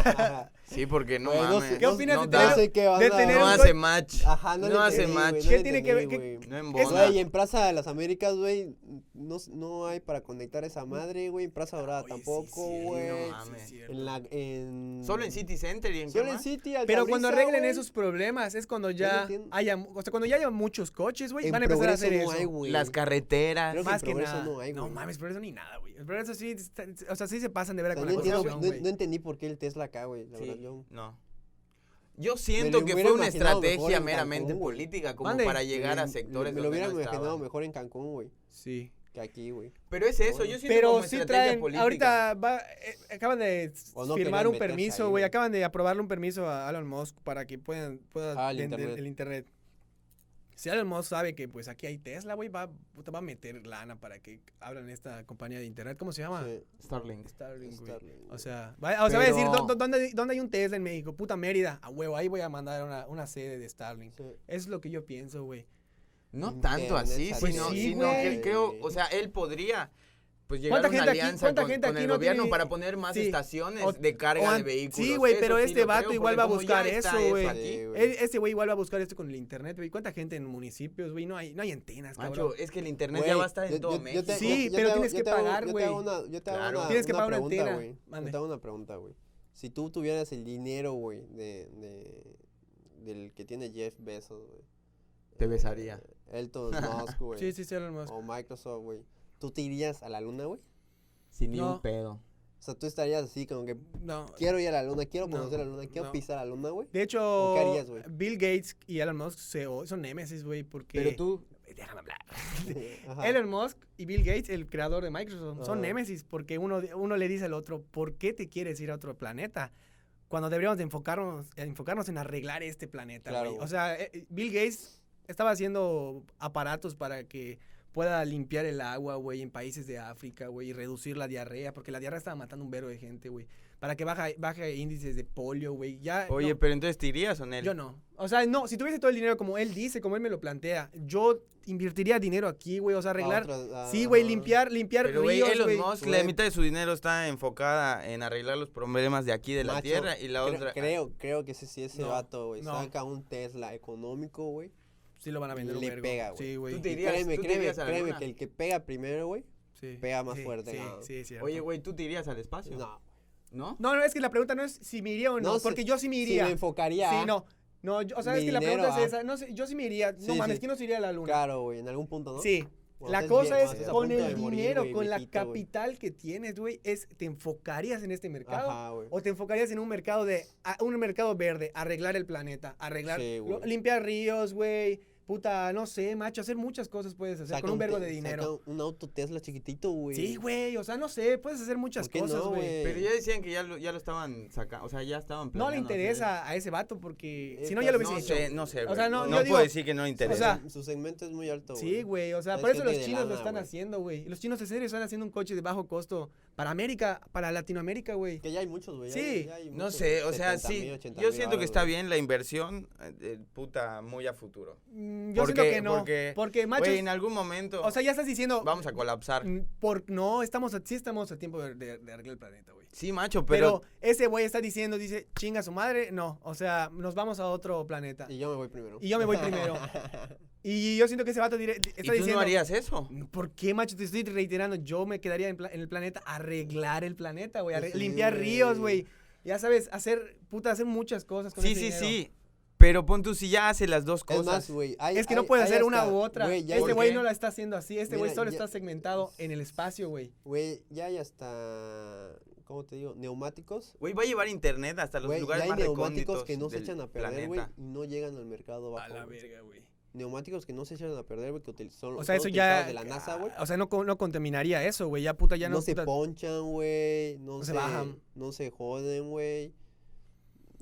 S1: Sí, porque no
S3: Güey, no
S1: mames.
S3: sé-
S2: ¿Qué
S1: no-
S2: opinas
S1: no
S2: de
S1: da.
S2: tener-
S3: sé qué
S2: de
S3: onda.
S2: tener
S1: No
S2: un
S1: hace
S2: coche-
S1: match.
S3: Ajá, no,
S1: No hace match.
S2: ¿Qué tiene que ver-
S3: ver?
S1: No
S2: Hola.
S1: embona.
S3: Güey, en Plaza de las Américas, güey, no, s- no hay para conectar esa madre, güey. En Plaza Dorada
S2: Oye, sí,
S3: tampoco,
S2: cierto,
S3: güey.
S1: no mames.
S2: sí, cierto.
S3: en la, en...
S1: Solo en City Center y en qué
S3: Solo en
S1: más?
S3: City, al
S2: Pero cuando
S3: Sabrisa,
S2: arreglen
S3: güey.
S2: esos problemas es cuando ya
S3: entiendo.
S2: haya, mu- o sea, cuando ya haya muchos coches, güey,
S3: En
S2: van a empezar a
S3: Progreso
S2: hacer
S3: no
S2: eso.
S3: hay, güey.
S1: Las carreteras.
S3: Creo que en
S2: Más que
S3: Progreso
S2: nada. No,
S3: no hay, güey.
S2: mames, progreso ni nada, güey. El progreso sí, está- o sea, sí se pasan de ver
S3: O sea,
S2: con
S3: no,
S2: la
S3: entiendo-
S2: corrupción,
S3: no-
S2: güey.
S3: no entendí por qué el Tesla acá, güey. La
S1: Sí,
S3: verdad, yo...
S1: no. Yo siento que
S3: hubiera
S1: fue una
S3: imaginado mejor
S1: estrategia
S3: en
S1: meramente
S3: Cancún, güey.
S1: política como
S2: Mande.
S1: para llegar
S3: me-
S1: a sectores donde
S3: Me lo hubiera
S1: no
S3: imaginado
S1: estaban.
S3: mejor en Cancún, güey.
S2: Sí.
S3: que aquí, güey.
S1: Pero es eso, yo siento
S2: Pero
S1: como
S2: sí
S1: estrategia
S2: traen,
S1: política.
S2: ahorita va- eh, acaban de
S3: O no
S2: firmar
S3: querían
S2: un
S3: meterse
S2: permiso,
S3: ahí,
S2: güey,
S3: güey.
S2: acaban de aprobarle un permiso a Elon Musk para que puedan, pueda
S3: Ah, el
S2: vender
S3: internet.
S2: el internet. Si Elon Musk sabe que pues aquí hay Tesla, güey, va, puta, va a meter lana para que abran esta compañía de internet, ¿cómo se llama?
S3: Sí,
S1: Starlink.
S2: Starlink, Ah, güey.
S3: Starlink,
S2: O
S3: güey.
S2: sea, va, o sea, va a decir,
S1: Pero-
S2: "¿Dó- dó- ¿dónde, ¿dónde hay un Tesla en México? Puta Mérida, a huevo, ahí voy a mandar una, una sede de Starlink.
S3: Sí.
S2: Eso es lo que yo pienso, güey.
S1: No
S3: Internet,
S1: tanto así,
S3: Mm, esa
S1: sino,
S2: Pues sí,
S1: sino que
S3: güey.
S1: creo, o sea, él podría pues llegar a
S2: ¿Cuánta
S1: una
S2: gente aquí-
S1: alianza
S2: cuánta
S1: con,
S2: gente
S1: con
S2: aquí
S1: el
S2: no
S1: gobierno
S2: tiene-
S1: para poner más
S2: sí,
S1: estaciones
S2: o-
S1: de
S2: o
S1: carga
S2: an-
S1: de vehículos.
S2: sí, güey,
S1: Eso
S2: pero este
S1: lo
S2: vato
S1: creo,
S2: igual
S1: porque
S2: va a
S1: como
S2: buscar
S1: ya está
S2: eso, güey.
S1: aquí.
S3: Sí, güey.
S2: E- Ese güey igual va a buscar esto con el internet, güey. ¿Cuánta gente en municipios, güey? No hay, no hay antenas, cabrón.
S1: Macho, es que el internet
S3: Güey,
S1: ya va a estar
S3: yo-
S1: en todo
S3: yo- yo
S1: México.
S3: te-
S2: Sí,
S3: yo- yo
S2: pero
S3: te hago-
S2: tienes
S3: yo
S2: que
S3: te hago-
S2: pagar,
S3: yo te
S2: güey.
S3: hago una- Yo te hago
S1: Claro.
S3: una,
S2: Tienes que
S3: una
S2: pagar una
S3: pregunta,
S2: antena.
S3: güey.
S2: Mande.
S3: Yo te hago una pregunta, güey. Si tú tuvieras el dinero, güey, de, de- del que tiene Jeff Bezos, güey.
S1: Te besaría.
S3: Eh, Elton Musk, güey.
S2: Sí, sí, sí, Elon Musk.
S3: O Microsoft, güey. ¿Tú te irías a la luna, güey?
S1: Sin ni
S2: No.
S1: un pedo.
S3: O sea, tú estarías así como que
S2: No.
S3: quiero ir a la luna, quiero
S2: No,
S3: conocer la luna, quiero
S2: no.
S3: pisar la luna, güey.
S2: De hecho,
S3: qué harías, güey?
S2: Bill Gates y Elon Musk se o- son némesis, güey, porque...
S1: Pero tú,
S2: Déjame hablar.
S3: Ajá.
S2: Elon Musk y Bill Gates, el creador de Microsoft, son
S3: Ajá.
S2: némesis porque uno, uno le dice al otro, ¿por qué te quieres ir a otro planeta? Cuando deberíamos de enfocarnos, eh, enfocarnos en arreglar este planeta,
S3: Claro,
S2: güey. O
S3: güey.
S2: sea, eh, eh, Bill Gates estaba haciendo aparatos para que pueda limpiar el agua, güey, en países de África, güey, y reducir la diarrea, porque la diarrea estaba matando un vero de gente, güey. Para que baje, baje índices de polio, güey. Ya,
S1: oye,
S2: no.
S1: pero entonces te irías o no?
S2: Yo no. O sea, no, si tuviese todo el dinero como él dice, como él me lo plantea, yo invertiría dinero aquí, güey, o sea,
S3: A
S2: arreglar.
S3: otras- a-
S2: sí, güey,
S3: ajá.
S2: limpiar, limpiar
S1: Pero, güey,
S2: ríos,
S1: Elon
S2: güey.
S1: Musk, la
S3: Güey.
S1: mitad de su dinero está enfocada en arreglar los problemas de aquí de la
S3: Macho,
S1: Tierra y la
S3: cre-
S1: otra...
S3: Creo, creo que ese sí, ese
S2: No,
S3: vato, güey.
S2: no.
S3: Saca un Tesla económico, güey.
S2: Sí lo van a vender un
S3: Le
S2: vergo.
S3: pega, güey.
S2: Sí,
S1: Tú
S2: güey.
S1: te
S3: Y
S1: irías-
S3: créeme,
S1: tú te
S3: créeme,
S1: irías a la
S3: créeme
S1: luna.
S3: que el que pega primero, güey.
S2: Sí.
S3: pega más
S2: Sí,
S3: fuerte,
S2: Sí,
S3: ¿no?
S2: sí, es cierto.
S1: Oye, güey, tú te irías al
S2: Ah,
S1: espacio.
S3: No.
S1: ¿No?
S2: No, no, es que la pregunta no es si me iría o no,
S3: No sé,
S2: porque yo sí me
S3: Si
S2: iría.
S3: me enfocaría.
S2: Sí, no. No, yo- o sea,
S3: Mi
S2: es que la
S3: dinero,
S2: pregunta es
S3: ah.
S2: esa. No sé, yo sí me iría. No
S3: Sí,
S2: mames,
S3: sí.
S2: ¿quién nos iría a la luna?
S3: Claro, güey, en algún punto, ¿no?
S2: Sí.
S3: Cuando
S2: la
S3: estés
S2: cosa
S3: bien-
S2: es,
S3: cuando estés a
S2: con
S3: punto de
S2: el
S3: morir,
S2: dinero,
S3: güey,
S2: con la
S3: viejito, güey.
S2: capital que tienes, güey, es te enfocarías en este mercado
S3: Ajá, güey.
S2: o te enfocarías en un mercado de a- un mercado verde, arreglar el planeta, arreglar
S3: Sí,
S2: lo-
S3: güey.
S2: limpiar ríos, güey, puta, no sé, macho, hacer muchas cosas puedes hacer
S3: Saca
S2: con pues, un vergo
S3: te-
S2: de dinero.
S3: saca un auto Tesla chiquitito, güey.
S2: Sí, güey, o sea, no sé, puedes hacer muchas
S3: ¿Por qué
S2: cosas,
S3: no,
S2: güey.
S3: güey?
S1: Pero ya decían que ya lo, ya lo estaban sacando, o sea, ya estaban
S2: No le
S1: planeando hacer eso.
S2: interesa a ese vato porque si no ya lo
S3: Estas-
S2: hubiese
S1: No
S2: hecho.
S1: sé, no sé,
S2: O
S1: güey.
S2: sea, no,
S1: no
S2: yo
S1: puedo
S2: digo-
S1: decir que no le
S3: O
S1: interesa.
S3: sea, su segmento es muy alto, güey.
S2: Sí, güey, o sea,
S3: Es
S2: por eso
S3: gente
S2: los
S3: de
S2: chinos lo
S3: lana,
S2: están
S3: güey.
S2: haciendo, güey. Los chinos en serio están haciendo un coche de bajo costo para América, para Latinoamérica, güey.
S3: Que ya hay muchos, güey. ya
S2: Sí.
S3: hay- ya hay
S1: no
S3: muchos,
S1: sé, o sea,
S3: 70,000,
S1: sí.
S3: 80,000
S1: Yo siento que
S3: varos,
S1: está
S3: güey.
S1: bien la inversión, eh, eh, puta, muy a futuro.
S2: Mm, Yo
S1: Porque-
S2: siento que no.
S1: porque,
S2: Porque, macho,
S1: Güey, en algún momento
S2: o sea, ya estás diciendo.
S1: vamos a colapsar.
S2: mm, por, no, estamos a- sí estamos a tiempo de, de- de arreglar el planeta, güey.
S1: Sí, macho,
S2: Pero,
S1: pero,
S2: ese güey está diciendo, dice, chinga su madre, no. O sea, nos vamos a otro planeta.
S3: Y
S2: Y,
S3: yo me voy
S2: yo
S3: primero.
S2: me voy primero. y yo siento que ese vato dire- está
S1: ¿y tú
S2: diciendo.
S1: no harías eso?
S2: ¿Por qué, macho? Te estoy reiterando. Yo me quedaría en, pla- en el planeta a arreglar el planeta, güey. a
S3: Pues
S2: re-
S3: sí,
S2: limpiar
S3: güey.
S2: ríos, güey. Ya sabes, hacer, puta, hacer muchas cosas con
S1: Sí,
S2: ese
S1: sí,
S2: dinero.
S1: sí. Pero pon tú si ya hace las dos
S3: Es
S1: cosas.
S3: más, güey. hay-
S2: Es que no
S3: hay-
S2: puede
S3: hay
S2: hacer una
S3: hasta-
S2: u otra.
S3: Güey,
S2: este
S3: ya hay-
S1: ¿Por
S2: güey
S1: qué?
S2: no la está haciendo así. Este güey
S3: Mira,
S2: solo
S3: ya-
S2: está segmentado en el espacio, güey.
S3: Güey, ya hay hasta. ¿Cómo te digo? Neumáticos.
S1: Güey, va a llevar internet hasta los
S3: Güey, ya
S1: lugares
S3: hay
S1: más
S3: neumáticos
S1: recónditos
S3: que no se
S1: del
S3: echan a perder, güey.
S1: planeta.
S3: Y no llegan al mercado bajo. güey.
S2: verga, güey.
S3: Neumáticos que no se echan a perder, güey. Que util- son,
S2: O sea, eso
S3: son
S2: ya. ah,
S3: utilizados de la NASA, güey.
S2: O sea, no, co- no contaminaría eso, güey. Ya puta, ya
S3: no,
S2: no.
S3: se
S2: puta-
S3: ponchan, güey. No,
S2: No se
S3: se
S2: bajan.
S3: No se joden, güey.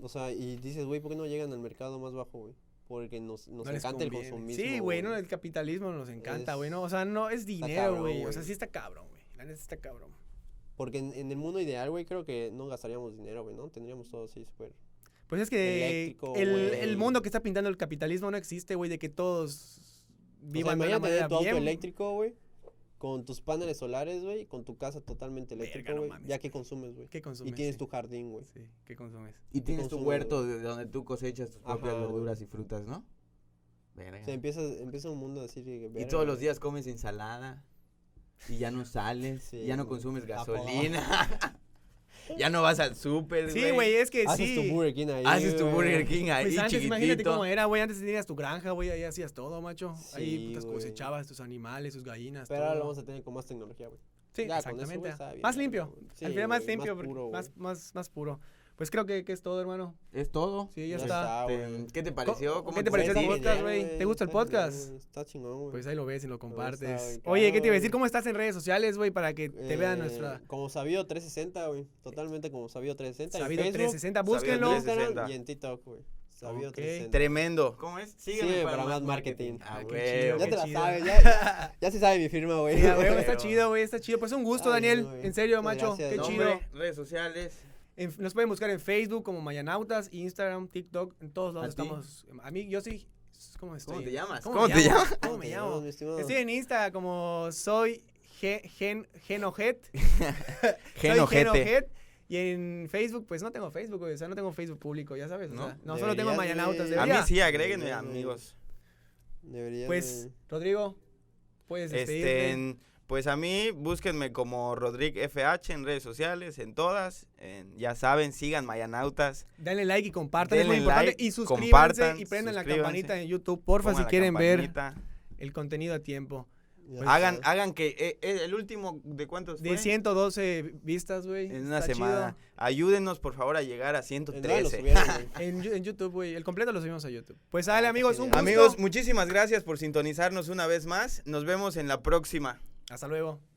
S3: O sea, y dices, güey, ¿por qué no llegan al mercado más bajo, güey? Porque nos, nos
S2: no les
S3: encanta el
S2: conviene.
S3: consumismo.
S2: Sí, güey, no, el capitalismo nos encanta, güey. No, o sea, no es dinero,
S3: cabrón,
S2: güey. O sea,
S3: güey.
S2: sí está cabrón, güey. La neta está cabrón.
S3: Porque en, en el mundo ideal, güey, creo que no gastaríamos dinero, güey, ¿no? Tendríamos todo así súper.
S2: Pues es que
S3: Eléctrico,
S2: el,
S3: güey.
S2: el mundo que está pintando el capitalismo no existe, güey, de que todos vivan de una
S3: mañana
S2: manera
S3: tu auto
S2: bien.
S3: eléctrico, güey. Con tus paneles solares, güey. Con tu casa totalmente
S2: Verga,
S3: eléctrica,
S2: no
S3: güey.
S2: mames.
S3: ya que consumes, güey.
S2: ¿Qué
S3: Y
S2: consumes?
S3: tienes
S2: Sí.
S3: tu jardín, güey.
S2: Sí, ¿qué consumes?
S1: Y tienes tu
S3: consumo,
S1: huerto de donde tú cosechas tus
S3: Ajá,
S1: propias
S3: güey.
S1: verduras y frutas, ¿no? Verga.
S3: O sea, empieza, empieza un mundo así. de que,
S1: Y
S3: verga,
S1: todos los
S3: güey.
S1: días comes ensalada. Y ya no sales.
S3: Sí,
S1: y ya no
S3: güey.
S1: consumes
S3: Ah,
S1: gasolina. ya no vas al súper, Pues, güey.
S2: Sí, güey, es que
S3: Haces
S2: sí.
S3: tu Burger King ahí.
S1: Haces tu
S3: güey.
S1: Burger King ahí,
S2: Pues antes, imagínate
S1: chiquitito.
S2: cómo era, güey. Antes tenías tu granja, güey. Ahí hacías todo, macho. ahí
S3: Sí,
S2: putas
S3: güey.
S2: cosechabas tus animales, tus gallinas.
S3: Pero ahora
S2: todo.
S3: lo vamos a tener con más tecnología, güey.
S2: Sí,
S3: ya, con eso, güey,
S2: exactamente.
S3: está bien,
S2: más
S3: güey,
S2: limpio.
S3: güey. Sí,
S2: Al final, más
S3: güey, más
S2: limpio. porque-
S3: puro,
S2: Más,
S3: güey.
S2: más, más puro. Pues creo que, que es todo, hermano.
S1: Es todo.
S2: Sí, ya,
S3: Ya
S2: está.
S3: está, Ah,
S1: Este,
S3: güey. Pues
S1: ¿Qué te pareció?
S2: ¿Cómo-
S1: ¿Cómo
S2: qué te pareció el
S1: sentiste?
S2: podcast, güey? ¿Te gusta el
S3: Está chingón,
S2: podcast?
S3: güey, Está chingón, güey.
S2: Pues ahí lo ves y lo
S3: está,
S2: compartes.
S3: güey,
S2: Oye, ¿qué te iba a
S3: claro,
S2: decir?
S3: güey.
S2: ¿Cómo estás en redes sociales, güey? Para que te vean
S3: Eh,
S2: nuestra...
S3: Como Sabido 360, güey. Totalmente como Sabido 360. en
S2: Sabido
S3: Facebook,
S2: 360, búsquenlo.
S3: en Instagram
S1: 360.
S3: Y en TikTok, güey. Sabido
S2: Ok.
S3: 360.
S1: Tremendo. ¿Cómo es?
S3: Sígueme para más marketing.
S1: Ah,
S2: Ah, qué
S1: güey.
S2: chido,
S3: Ya
S2: qué
S3: te la
S2: chido.
S3: sabes, ya, ya se sabe mi firma, güey.
S2: Sí, a huevo, está
S1: Pero-
S2: chido, güey, está chido. Pues un gusto,
S3: Ay,
S2: Daniel.
S3: güey.
S2: En serio,
S3: Muchas
S2: macho,
S3: gracias.
S2: qué
S3: No,
S2: chido.
S1: Nombre, redes sociales.
S2: En- nos pueden buscar en Facebook como Mayanautas, Instagram, TikTok, en todos lados
S1: ¿A ti?
S2: estamos. A mí, yo sí. ¿Cómo estoy?
S1: te llamas?
S2: ¿Cómo te llamas?
S3: ¿Cómo
S2: ¿Cómo
S3: te
S2: me
S3: llamas,
S2: llamo?
S3: mi estimado?
S2: Estoy en Insta como soy gen, gen, genojet. Soy
S1: Genojete.
S2: genojet. Y en Facebook, pues no tengo Facebook, güey. O sea, no tengo Facebook público, ya sabes. o
S1: No,
S2: sea, no solo tengo
S3: deberías,
S2: Mayanautas.
S3: güey.
S1: A mí
S2: debería.
S1: sí, agréguenme,
S3: Deberías, güey.
S1: amigos.
S3: Deberías
S2: Pues,
S3: de-
S2: Rodrigo, puedes despedirte.
S1: Este, en- pues a mí, búsquenme como Rodrick FH en redes sociales, en todas. en- ya saben, sigan Mayanautas.
S2: Denle like y compartan, es
S1: Denle
S2: muy importante.
S1: like,
S2: y suscríbanse
S1: compartan,
S2: y prendan la
S1: suscríbanse.
S2: campanita en YouTube, porfa,
S1: pongan
S2: si
S1: la
S2: quieren ver
S1: campanita.
S2: el contenido a tiempo.
S3: ya
S1: Hagan,
S3: sabes.
S1: hagan que eh, eh, el último de cuántos
S2: De
S1: fue?
S2: 112 vistas, güey.
S1: Pues, en una
S2: está chido.
S1: semana. Ayúdenos, por favor, a llegar a
S3: En nada
S2: eh.
S3: lo
S1: 113.
S3: subieron, güey.
S2: En, Yu- en YouTube, güey. El completo lo subimos a YouTube.
S1: Ah,
S2: Pues dale, amigos, un gusto.
S1: Amigos, muchísimas gracias por sintonizarnos una vez más. Nos vemos en la próxima.
S2: hasta luego.